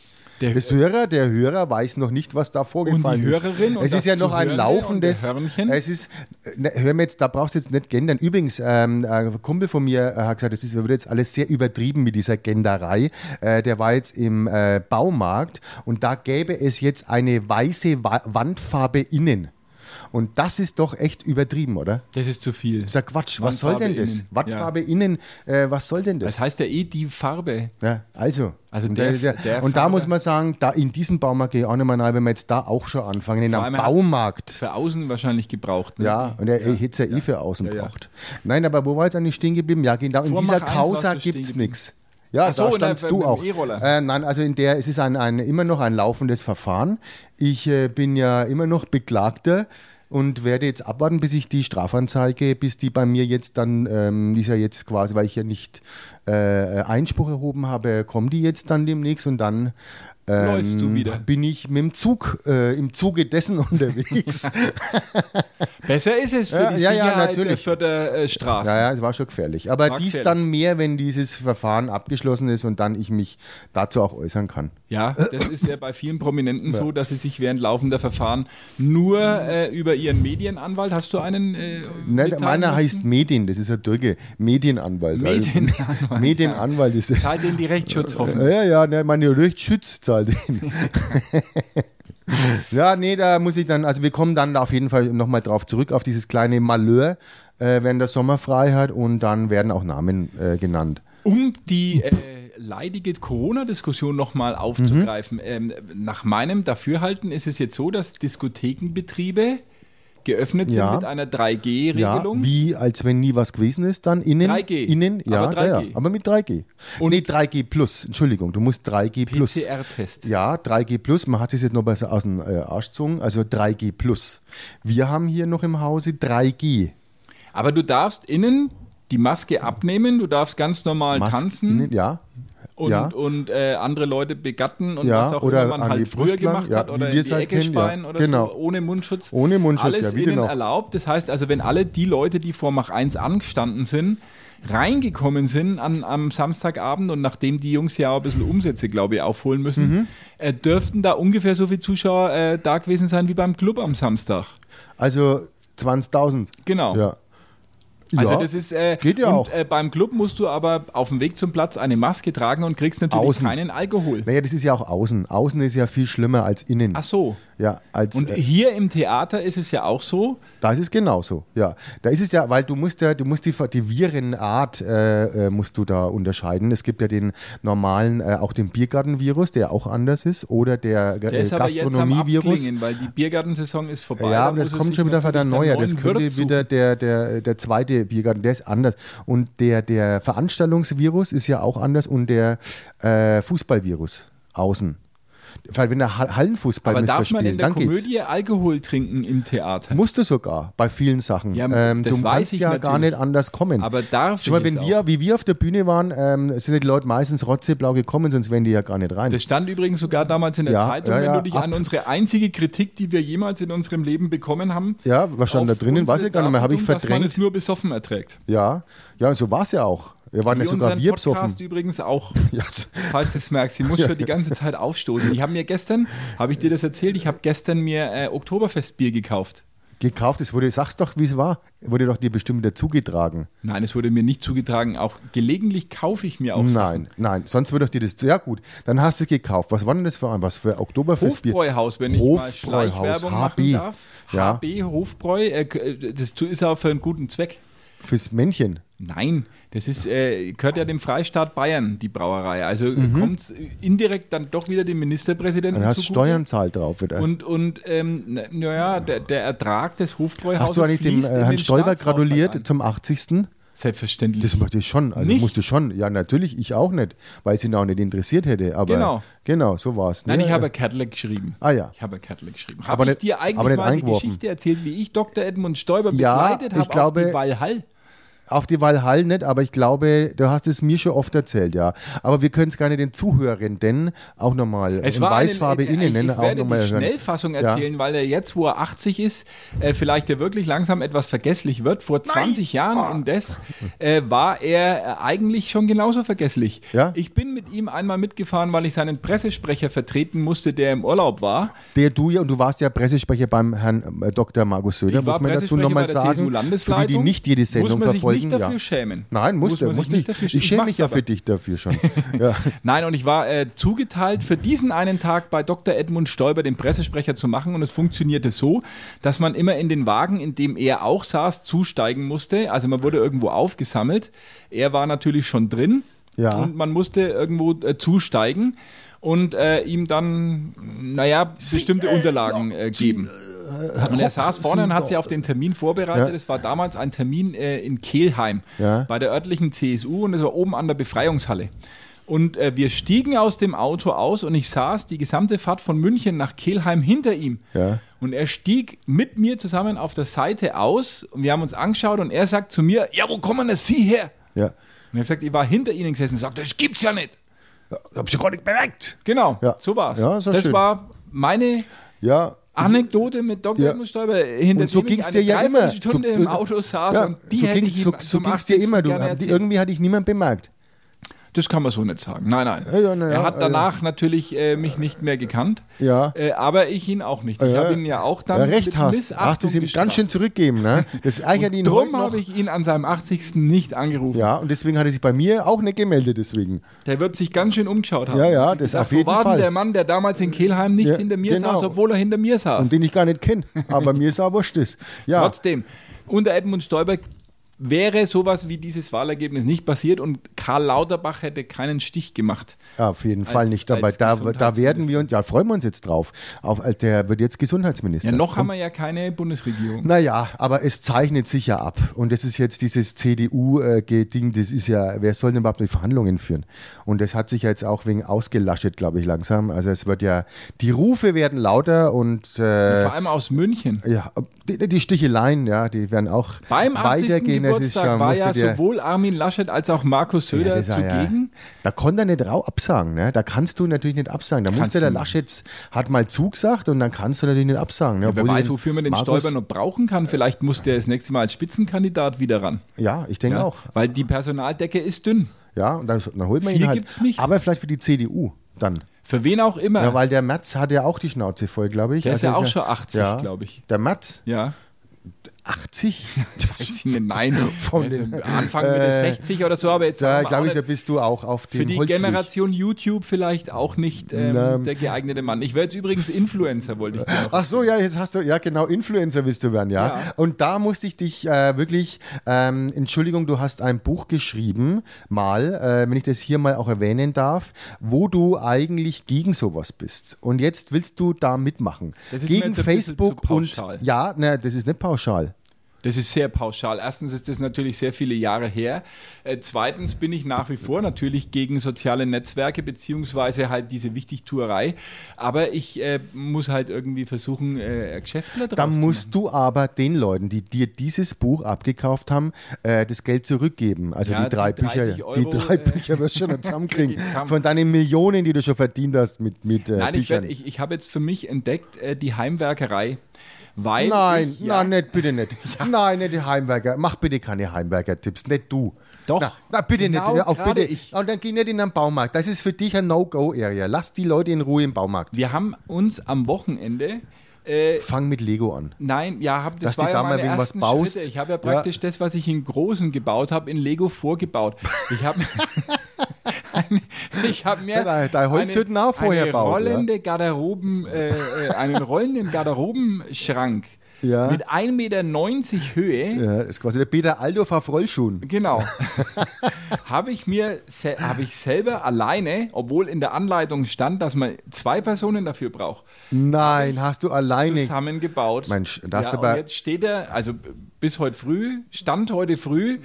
Speaker 2: Der-
Speaker 3: das Hörer, der Hörer weiß noch nicht, was da vorgefallen
Speaker 2: die Hörerin
Speaker 3: ist.
Speaker 2: und
Speaker 3: es
Speaker 2: das
Speaker 3: ist ja noch ein
Speaker 2: Zuhörende
Speaker 3: laufendes.
Speaker 2: und der Hörnchen?
Speaker 3: Es ist, äh, ne, hör mir jetzt, da brauchst du jetzt nicht gendern. Übrigens, ähm, ein Kumpel von mir äh, hat gesagt, das ist, wird jetzt alles sehr übertrieben mit dieser Genderei. Äh, der war jetzt im äh, Baumarkt und da gäbe es jetzt eine weiße Wa Wandfarbe innen. Und das ist doch echt übertrieben, oder?
Speaker 2: Das ist zu viel.
Speaker 3: Das ist ja Quatsch. Was soll
Speaker 2: Wandfarbe
Speaker 3: denn das?
Speaker 2: innen.
Speaker 3: Wattfarbe innen, äh, was soll denn das?
Speaker 2: Das heißt ja eh die Farbe.
Speaker 3: Ja, also,
Speaker 2: Also
Speaker 3: und,
Speaker 2: der-
Speaker 3: äh,
Speaker 2: der
Speaker 3: und da
Speaker 2: Farbe-
Speaker 3: muss man sagen, da in diesem Baumarkt gehe ich auch nicht mehr rein, wenn wir jetzt da auch schon anfangen, in
Speaker 2: Vor
Speaker 3: einem
Speaker 2: allem hat's
Speaker 3: Baumarkt.
Speaker 2: Für außen wahrscheinlich gebraucht. Ne?
Speaker 3: Ja, und er ja, hätte es ja eh für außen
Speaker 2: Ja, ja.
Speaker 3: braucht. Nein, aber wo war jetzt eigentlich stehen geblieben? Ja, genau, in
Speaker 2: Vor
Speaker 3: dieser
Speaker 2: Mach eins
Speaker 3: Causa
Speaker 2: warst du
Speaker 3: gibt es
Speaker 2: stehen geblieben.
Speaker 3: nichts. Ja,
Speaker 2: Ach so,
Speaker 3: da
Speaker 2: und
Speaker 3: standst
Speaker 2: dann
Speaker 3: du
Speaker 2: mit dem
Speaker 3: auch.
Speaker 2: E-Roller.
Speaker 3: Äh, nein, also in der, es ist ein, ein, immer noch ein laufendes Verfahren. Ich äh, bin ja immer noch Beklagter und werde jetzt abwarten, bis ich die Strafanzeige, bis die bei mir jetzt dann, ähm, die ist ja jetzt quasi, weil ich ja nicht äh, Einspruch erhoben habe, kommen die jetzt dann demnächst und dann ähm,
Speaker 2: Läufst du wieder.
Speaker 3: bin ich mit dem Zug, äh, im Zuge dessen [laughs] unterwegs.
Speaker 2: Besser ist es für
Speaker 3: Ja,
Speaker 2: die
Speaker 3: ja, ja,
Speaker 2: Sicherheit der
Speaker 3: natürlich.
Speaker 2: Vierter äh, Straße.
Speaker 3: Ja, ja, es war schon gefährlich. Aber
Speaker 2: War
Speaker 3: dies
Speaker 2: gefährlich.
Speaker 3: dann mehr, wenn dieses Verfahren abgeschlossen ist und dann ich mich dazu auch äußern kann.
Speaker 2: Ja, das ist ja bei vielen Prominenten so, dass sie sich während laufender Verfahren nur äh, über ihren Medienanwalt, hast du einen? Äh,
Speaker 3: Nein,
Speaker 2: mitteilen
Speaker 3: Ne, meiner
Speaker 2: müssen?
Speaker 3: heißt Medien, das ist ein Türke. Medienanwalt. Also,
Speaker 2: Medienanwalt,
Speaker 3: [laughs] Medienanwalt ist es. Äh,
Speaker 2: Zahlt den die Rechtsschutz hoffen. [laughs]
Speaker 3: Ja, ja, ne, meine Rechtsschutz zahlt ihn. Ja, nee, da muss ich dann, also wir kommen dann auf jeden Fall nochmal drauf zurück, auf dieses kleine Malheur, äh, wenn der Sommer frei hat und dann werden auch Namen äh, genannt.
Speaker 2: Um die äh, leidige Corona-Diskussion nochmal
Speaker 3: Mhm.
Speaker 2: aufzugreifen, ähm, nach meinem Dafürhalten ist es jetzt so, dass Diskothekenbetriebe geöffnet sind
Speaker 3: Ja.
Speaker 2: mit einer
Speaker 3: Ja,
Speaker 2: 3G-Regelung.
Speaker 3: wie als wenn nie was gewesen ist, dann innen.
Speaker 2: 3G.
Speaker 3: Innen, ja,
Speaker 2: Aber
Speaker 3: aber, 3G. Ja,
Speaker 2: 3G.
Speaker 3: aber mit 3G.
Speaker 2: Und-
Speaker 3: nee, 3G plus, Entschuldigung, du musst 3G plus.
Speaker 2: PCR-Test.
Speaker 3: Ja, 3G plus, man hat es jetzt noch besser aus dem äh, Arsch gezogen, also 3G plus. Wir haben hier noch im Hause 3G.
Speaker 2: Aber du darfst innen die Maske abnehmen, du darfst ganz normal
Speaker 3: Mask
Speaker 2: Äh, tanzen
Speaker 3: Innen, ja.
Speaker 2: und,
Speaker 3: ja.
Speaker 2: und äh, andere Leute begatten und
Speaker 3: Ja,
Speaker 2: was auch
Speaker 3: oder
Speaker 2: immer man
Speaker 3: an
Speaker 2: halt
Speaker 3: die
Speaker 2: früher
Speaker 3: Brust lang,
Speaker 2: gemacht
Speaker 3: ja,
Speaker 2: hat
Speaker 3: wie
Speaker 2: oder in
Speaker 3: wir es
Speaker 2: die
Speaker 3: halt
Speaker 2: Ecke
Speaker 3: kennen, ja.
Speaker 2: speien oder
Speaker 3: Genau.
Speaker 2: so, ohne Mundschutz.
Speaker 3: Ohne Mundschutz,
Speaker 2: Alles
Speaker 3: ja, wie
Speaker 2: innen
Speaker 3: denn auch.
Speaker 2: erlaubt. Das heißt also, wenn alle die Leute, die vor Mach 1 angestanden sind, reingekommen sind an, am Samstagabend und nachdem die Jungs ja auch ein bisschen Umsätze, glaube ich, aufholen müssen,
Speaker 3: Mhm.
Speaker 2: äh, dürften da ungefähr so viele Zuschauer äh, da gewesen sein wie beim Club am Samstag.
Speaker 3: Also 20.000.
Speaker 2: Genau.
Speaker 3: Ja.
Speaker 2: Also
Speaker 3: Ja,
Speaker 2: das ist äh,
Speaker 3: geht ja
Speaker 2: und,
Speaker 3: auch.
Speaker 2: Äh, beim Club musst du aber auf dem Weg zum Platz eine Maske tragen und kriegst natürlich
Speaker 3: Außen.
Speaker 2: keinen Alkohol.
Speaker 3: Naja, das ist ja auch außen. Außen ist ja viel schlimmer als innen.
Speaker 2: Ach so.
Speaker 3: Ja, als,
Speaker 2: Und
Speaker 3: äh,
Speaker 2: hier im Theater ist es ja auch so.
Speaker 3: das ist genauso. Ja, da ist es ja, weil du musst ja, du musst die, die Virenart äh, äh, musst du da unterscheiden. Es gibt ja den normalen, äh, auch den Biergartenvirus, der auch anders ist, oder der,
Speaker 2: Der
Speaker 3: äh,
Speaker 2: ist aber jetzt am
Speaker 3: Gastronomievirus.
Speaker 2: Abklingen, weil die Biergartensaison ist vorbei.
Speaker 3: Ja,
Speaker 2: Da
Speaker 3: aber das
Speaker 2: muss es
Speaker 3: kommt
Speaker 2: sich
Speaker 3: schon wieder
Speaker 2: natürlich
Speaker 3: wieder neuer.
Speaker 2: einen
Speaker 3: Das
Speaker 2: neuen
Speaker 3: könnte
Speaker 2: Wirt suchen.
Speaker 3: wieder der, der, der zweite Biergarten, der ist anders. Und der, der Veranstaltungsvirus ist ja auch anders und der äh, Fußballvirus außen. Weil wenn der Ha- Hallenfußball
Speaker 2: Aber
Speaker 3: müsst ihr
Speaker 2: darf man
Speaker 3: spielen,
Speaker 2: in der
Speaker 3: dann geht's.
Speaker 2: Komödie Alkohol trinken im Theater?
Speaker 3: Musste sogar bei vielen Sachen.
Speaker 2: Ja,
Speaker 3: ähm,
Speaker 2: das
Speaker 3: du
Speaker 2: weiß
Speaker 3: kannst
Speaker 2: ich
Speaker 3: ja gar
Speaker 2: natürlich.
Speaker 3: nicht anders kommen.
Speaker 2: Aber darf
Speaker 3: Schau mal,
Speaker 2: ich
Speaker 3: wenn
Speaker 2: es
Speaker 3: wir, wie wir auf der Bühne waren, ähm, sind die Leute meistens rotzeblau gekommen, sonst wären die ja gar nicht rein.
Speaker 2: Das stand übrigens sogar damals in der
Speaker 3: Ja,
Speaker 2: Zeitung,
Speaker 3: ja,
Speaker 2: wenn
Speaker 3: ja,
Speaker 2: du dich
Speaker 3: ab.
Speaker 2: an unsere einzige Kritik, die wir jemals in unserem Leben bekommen haben.
Speaker 3: Ja, was stand da
Speaker 2: auf
Speaker 3: drinnen? Weiß
Speaker 2: unsere
Speaker 3: ich gar nicht mehr. Habe ich
Speaker 2: Darbietung, Dass man
Speaker 3: verdrängt?
Speaker 2: es nur besoffen erträgt.
Speaker 3: ja. ja, so war es ja auch. Wir waren ja
Speaker 2: Wie
Speaker 3: sogar
Speaker 2: unseren
Speaker 3: wir
Speaker 2: Podcast
Speaker 3: besoffen.
Speaker 2: übrigens auch.
Speaker 3: [laughs] Ja,
Speaker 2: Falls du es merkst,
Speaker 3: [laughs]
Speaker 2: ich muss schon die ganze Zeit aufstoßen. Ich habe mir gestern, habe ich dir das erzählt, ich habe gestern mir äh, Oktoberfestbier gekauft.
Speaker 3: gekauft, es wurde, sag's doch, wie es war. Wurde doch dir bestimmt dazugetragen.
Speaker 2: Nein, es wurde mir nicht zugetragen. Auch gelegentlich kaufe ich mir auch Sachen.
Speaker 3: Nein, nein, sonst würde doch dir das. Ja, gut, dann hast du es gekauft. Was war denn das für ein? Was für Oktoberfestbier?
Speaker 2: Hofbräuhaus, wenn ich mal
Speaker 3: Hofbräuhaus,
Speaker 2: Schleichwerbung machen
Speaker 3: HB.
Speaker 2: darf.
Speaker 3: Ja.
Speaker 2: HB Hofbräu, äh, k- das tu- ist auch für einen guten Zweck.
Speaker 3: Fürs Männchen.
Speaker 2: Nein, das ist, äh, gehört ja dem Freistaat Bayern, die Brauerei. Also kommt es indirekt dann doch wieder dem Ministerpräsidenten
Speaker 3: Mhm. Dann hast du
Speaker 2: zugute.
Speaker 3: Steuern zahlt drauf wieder.
Speaker 2: Und, und ähm, na- naja, der, der Ertrag des Hofbräuhauses
Speaker 3: Hast du eigentlich dem äh,
Speaker 2: fließt in
Speaker 3: Herrn
Speaker 2: den
Speaker 3: Stoiber
Speaker 2: Staatshaushalt ein.
Speaker 3: gratuliert zum 80.?
Speaker 2: Selbstverständlich.
Speaker 3: Das möchte ich schon, also
Speaker 2: Nicht?
Speaker 3: musste schon. Ja, natürlich, ich auch nicht, weil es ihn auch nicht interessiert hätte. Aber
Speaker 2: Genau.
Speaker 3: genau so war es.
Speaker 2: Nein,
Speaker 3: Ja,
Speaker 2: ich habe
Speaker 3: ja.
Speaker 2: Kettle geschrieben.
Speaker 3: Ah, ja.
Speaker 2: Ich habe Kettle geschrieben. Habe
Speaker 3: Aber
Speaker 2: ich
Speaker 3: nicht-
Speaker 2: dir
Speaker 3: aber
Speaker 2: eigentlich mal
Speaker 3: nicht
Speaker 2: die
Speaker 3: eingeworfen.
Speaker 2: Geschichte erzählt, wie ich Dr. Edmund Stoiber
Speaker 3: Ja,
Speaker 2: begleitet
Speaker 3: ich
Speaker 2: habe auf
Speaker 3: glaube-
Speaker 2: die Walhall?
Speaker 3: auf die Walhall nicht, aber ich glaube, du hast es mir schon oft erzählt, ja. Aber wir können es gerne den Zuhörenden auch nochmal in Weißfarbe
Speaker 2: eine- äh,
Speaker 3: innen
Speaker 2: ich, ich
Speaker 3: auch
Speaker 2: werde
Speaker 3: nochmal
Speaker 2: die
Speaker 3: hören.
Speaker 2: Schnellfassung erzählen, weil er jetzt, wo er 80 ist, äh, vielleicht ja wirklich langsam etwas vergesslich wird. Vor 20 Jahren und das äh, war er äh, eigentlich schon genauso vergesslich.
Speaker 3: Ja?
Speaker 2: Ich bin mit ihm einmal mitgefahren, weil ich seinen Pressesprecher vertreten musste, der im Urlaub war.
Speaker 3: Der du ja, und du warst ja Pressesprecher beim Herrn äh, Dr. Markus Söder,
Speaker 2: Ich war
Speaker 3: muss man dazu
Speaker 2: Pressesprecher
Speaker 3: nochmal
Speaker 2: bei der
Speaker 3: sagen. Für
Speaker 2: CSU-Landesleitung.
Speaker 3: die, die nicht jede Sendung
Speaker 2: Muss man sich nicht
Speaker 3: verfolgen.
Speaker 2: dafür
Speaker 3: ja.
Speaker 2: schämen.
Speaker 3: Nein,
Speaker 2: Muss
Speaker 3: musste,
Speaker 2: man sich
Speaker 3: musste
Speaker 2: nicht
Speaker 3: ich.
Speaker 2: dafür schämen.
Speaker 3: ich
Speaker 2: Ich
Speaker 3: schäme
Speaker 2: mach's
Speaker 3: mich ja
Speaker 2: aber.
Speaker 3: für dich
Speaker 2: [laughs]
Speaker 3: dafür schon. ja.
Speaker 2: Nein, und ich war äh, zugeteilt, für diesen einen Tag bei Dr. Edmund Stoiber den Pressesprecher zu machen. Und es funktionierte so, dass man immer in den Wagen, in dem er auch saß, zusteigen musste. Also man wurde irgendwo aufgesammelt. Er war natürlich schon drin.
Speaker 3: Ja.
Speaker 2: Und man musste irgendwo äh, zusteigen und äh, ihm dann, naja, bestimmte Unterlagen äh, geben. Und er saß vorne und hat sich auf den Termin vorbereitet.
Speaker 3: Ja.
Speaker 2: Es war damals ein Termin äh, in Kehlheim
Speaker 3: Ja.
Speaker 2: bei der örtlichen CSU und es war oben an der Befreiungshalle. Und äh, wir stiegen aus dem Auto aus und ich saß die gesamte Fahrt von München nach Kehlheim hinter ihm.
Speaker 3: Ja.
Speaker 2: Und er stieg mit mir zusammen auf der Seite aus und wir haben uns angeschaut und er sagt zu mir, ja, wo kommen denn Sie her?
Speaker 3: Ja.
Speaker 2: Und ich habe gesagt, ich war hinter Ihnen gesessen. Er sagt, das gibt's ja nicht.
Speaker 3: Ich hab sie gar nicht bewegt.
Speaker 2: Genau,
Speaker 3: Ja.
Speaker 2: so war's.
Speaker 3: Ja, ist doch
Speaker 2: das
Speaker 3: schön.
Speaker 2: war meine
Speaker 3: Ja.
Speaker 2: Anekdote mit Dr.
Speaker 3: Ja.
Speaker 2: Edmund Stoiber, hinter
Speaker 3: Und so
Speaker 2: dem ich
Speaker 3: ging es
Speaker 2: eine
Speaker 3: dir ja immer.
Speaker 2: Stunde
Speaker 3: Du- du-
Speaker 2: im Auto saß
Speaker 3: ja,
Speaker 2: und die
Speaker 3: so
Speaker 2: hätte
Speaker 3: ging's-
Speaker 2: ich
Speaker 3: so,
Speaker 2: ihm
Speaker 3: so
Speaker 2: zum
Speaker 3: ging's dir
Speaker 2: 80.
Speaker 3: immer. Du,
Speaker 2: gerne
Speaker 3: hab-
Speaker 2: erzählt.
Speaker 3: irgendwie hatte ich niemand bemerkt.
Speaker 2: Das kann man so nicht sagen. Nein, nein.
Speaker 3: Ja, ja, na ja,
Speaker 2: er hat
Speaker 3: äh,
Speaker 2: danach natürlich äh, mich nicht mehr gekannt.
Speaker 3: Ja.
Speaker 2: Äh, aber ich ihn auch nicht. Ich
Speaker 3: Ja.
Speaker 2: habe ihn ja auch dann
Speaker 3: Ja, recht
Speaker 2: mit
Speaker 3: hast.
Speaker 2: Missachtung
Speaker 3: Hast du es ihm ganz schön zurückgeben, ne?
Speaker 2: [laughs]
Speaker 3: Das ärgert ihn heute
Speaker 2: Drum
Speaker 3: noch.
Speaker 2: habe ich ihn an seinem 80. nicht angerufen.
Speaker 3: Ja, und deswegen hat er sich bei mir auch nicht gemeldet, deswegen.
Speaker 2: Der wird sich ganz schön umgeschaut haben.
Speaker 3: Ja, ja,
Speaker 2: Er hat sich
Speaker 3: das
Speaker 2: gedacht,
Speaker 3: auf jeden
Speaker 2: wo war denn
Speaker 3: Fall.
Speaker 2: der Mann, der damals in Kehlheim nicht
Speaker 3: Ja,
Speaker 2: hinter mir
Speaker 3: genau.
Speaker 2: saß, obwohl er hinter mir saß.
Speaker 3: Und den ich gar nicht kenne. Aber mir ist auch wurscht das. Ja.
Speaker 2: Trotzdem, unter Edmund Stoiber wäre sowas wie dieses Wahlergebnis nicht passiert und Karl Lauterbach hätte keinen Stich gemacht.
Speaker 3: Ja, auf jeden Fall
Speaker 2: Als-
Speaker 3: nicht dabei.
Speaker 2: als
Speaker 3: Da, da
Speaker 2: Gesundheitsminister.
Speaker 3: werden wir uns, ja, freuen wir uns jetzt drauf. Auf, als der wird jetzt Gesundheitsminister.
Speaker 2: Ja, noch haben wir ja keine Bundesregierung.
Speaker 3: Naja, aber es zeichnet sich ja ab. Und das ist jetzt dieses CDU-Ding, äh, das ist ja, wer soll denn überhaupt die Verhandlungen führen? Und das hat sich ja jetzt auch wegen ausgelaschet, glaube ich, langsam. Also es wird ja, die Rufe werden lauter und äh,
Speaker 2: Vor allem aus München.
Speaker 3: ja, die, die Sticheleien, ja, die werden auch
Speaker 2: Beim 80.
Speaker 3: weitergehen. Das ist
Speaker 2: Geburtstag
Speaker 3: schon-
Speaker 2: war
Speaker 3: musst du
Speaker 2: ja
Speaker 3: dir-
Speaker 2: sowohl Armin Laschet als auch Markus
Speaker 3: Ja,
Speaker 2: Söder
Speaker 3: das war ja-
Speaker 2: zugegen.
Speaker 3: Da konnte er nicht rau absagen, ne? Da kannst du natürlich nicht absagen. Da
Speaker 2: Kannst
Speaker 3: musste der
Speaker 2: du nicht.
Speaker 3: Laschet hat mal zugesagt und dann kannst du natürlich nicht absagen. Ne?
Speaker 2: Wer
Speaker 3: Obwohl
Speaker 2: weiß,
Speaker 3: den
Speaker 2: wofür man den
Speaker 3: Markus-
Speaker 2: Stoiber noch brauchen kann. Vielleicht muss der das nächste Mal als Spitzenkandidat wieder ran.
Speaker 3: Ja, ich denke
Speaker 2: Ja?
Speaker 3: auch.
Speaker 2: Weil die Personaldecke ist dünn.
Speaker 3: Ja, und dann, dann holt man
Speaker 2: Viel
Speaker 3: ihn halt.
Speaker 2: gibt's nicht.
Speaker 3: Aber vielleicht für die CDU dann.
Speaker 2: Für wen auch immer.
Speaker 3: Ja, weil der Merz hat ja auch die Schnauze voll, glaube ich. Also
Speaker 2: Der ist ja auch schon 80,
Speaker 3: ja.
Speaker 2: glaube ich.
Speaker 3: Der Merz? [laughs]
Speaker 2: ja. [laughs]
Speaker 3: 80?
Speaker 2: Weiß ich nicht, nein.
Speaker 3: Von
Speaker 2: Der ist
Speaker 3: den-
Speaker 2: am Anfang mit
Speaker 3: äh,
Speaker 2: 60 oder so, aber jetzt
Speaker 3: Da
Speaker 2: sagen wir auch
Speaker 3: glaube ich, da
Speaker 2: nicht-
Speaker 3: bist du auch auf dem
Speaker 2: für die
Speaker 3: Holzweg.
Speaker 2: Generation YouTube vielleicht auch nicht ähm,
Speaker 3: Na.
Speaker 2: der geeignete Mann. Ich wäre jetzt übrigens Influencer, wollte ich dir auch.
Speaker 3: Ach so, ja, jetzt hast du, ja genau, Influencer willst du werden, ja.
Speaker 2: Ja.
Speaker 3: Und da musste ich dich äh, wirklich, ähm, Entschuldigung, du hast ein Buch geschrieben, mal, äh, wenn ich das hier mal auch erwähnen darf, wo du eigentlich gegen sowas bist. Und jetzt willst du da mitmachen.
Speaker 2: Das ist mir
Speaker 3: gegen
Speaker 2: jetzt ein bisschen
Speaker 3: Facebook
Speaker 2: zu
Speaker 3: und,
Speaker 2: pauschal.
Speaker 3: ja, ne, das ist nicht pauschal.
Speaker 2: Das ist sehr pauschal. Erstens ist das natürlich sehr viele Jahre her. Äh, zweitens bin ich nach wie vor natürlich gegen soziale Netzwerke beziehungsweise halt diese Wichtigtuerei. Aber ich äh, muss halt irgendwie versuchen, äh, Geschäftler draus
Speaker 3: Dann
Speaker 2: zu
Speaker 3: musst du aber den Leuten, die dir dieses Buch abgekauft haben, äh, das Geld zurückgeben. Also
Speaker 2: Ja,
Speaker 3: die drei
Speaker 2: die 30
Speaker 3: Bücher,
Speaker 2: Euro,
Speaker 3: die drei
Speaker 2: äh,
Speaker 3: Bücher wirst du
Speaker 2: [laughs]
Speaker 3: schon noch zusammenkriegen.
Speaker 2: zusammen.
Speaker 3: Von deinen Millionen, die du schon verdient hast mit, mit äh,
Speaker 2: Nein, ich,
Speaker 3: Büchern.
Speaker 2: werd- ich, ich habe jetzt für mich entdeckt äh, die Heimwerkerei. Weil
Speaker 3: Nein, ne.
Speaker 2: ich, ja,
Speaker 3: nein, nicht, bitte nicht.
Speaker 2: [laughs]
Speaker 3: Nein, nicht die Heimwerker. Mach bitte keine Heimwerker-Tipps, nicht du.
Speaker 2: Doch.
Speaker 3: Na, na, bitte
Speaker 2: Genau
Speaker 3: nicht. Auch
Speaker 2: gerade
Speaker 3: bitte.
Speaker 2: ich.
Speaker 3: Und dann geh nicht in den Baumarkt. Das ist für dich ein No-Go-Area. Lass die Leute in Ruhe im Baumarkt.
Speaker 2: wir haben uns am Wochenende äh,
Speaker 3: Fang mit Lego an.
Speaker 2: Nein, ja, hab, das war
Speaker 3: Dass du
Speaker 2: ja
Speaker 3: da mal
Speaker 2: meine
Speaker 3: wegen was
Speaker 2: ersten
Speaker 3: baust.
Speaker 2: Schritte. Ich habe ja
Speaker 3: Ja.
Speaker 2: praktisch das, was ich in Großen gebaut habe, in Lego vorgebaut. Ich
Speaker 3: [laughs]
Speaker 2: habe ich hab mir
Speaker 3: Deine- deine Genau, Holzhütten auch vorher
Speaker 2: eine
Speaker 3: baut, ja?
Speaker 2: rollende Garderoben, äh, äh, einen rollenden Garderobenschrank
Speaker 3: Ja.
Speaker 2: mit 1,90 Meter Höhe,
Speaker 3: Ja, Äh, das ist quasi der Peter Aldorf auf Rollschuhen. [laughs]
Speaker 2: genau, habe ich mir se hab ich selber alleine, obwohl in der Anleitung stand, dass man zwei Personen dafür braucht,
Speaker 3: Nein, hast du alleine.
Speaker 2: zusammengebaut.
Speaker 3: Mensch, da hast
Speaker 2: ja,
Speaker 3: du aber-
Speaker 2: und jetzt steht er, also bis heute früh, stand heute früh, äh,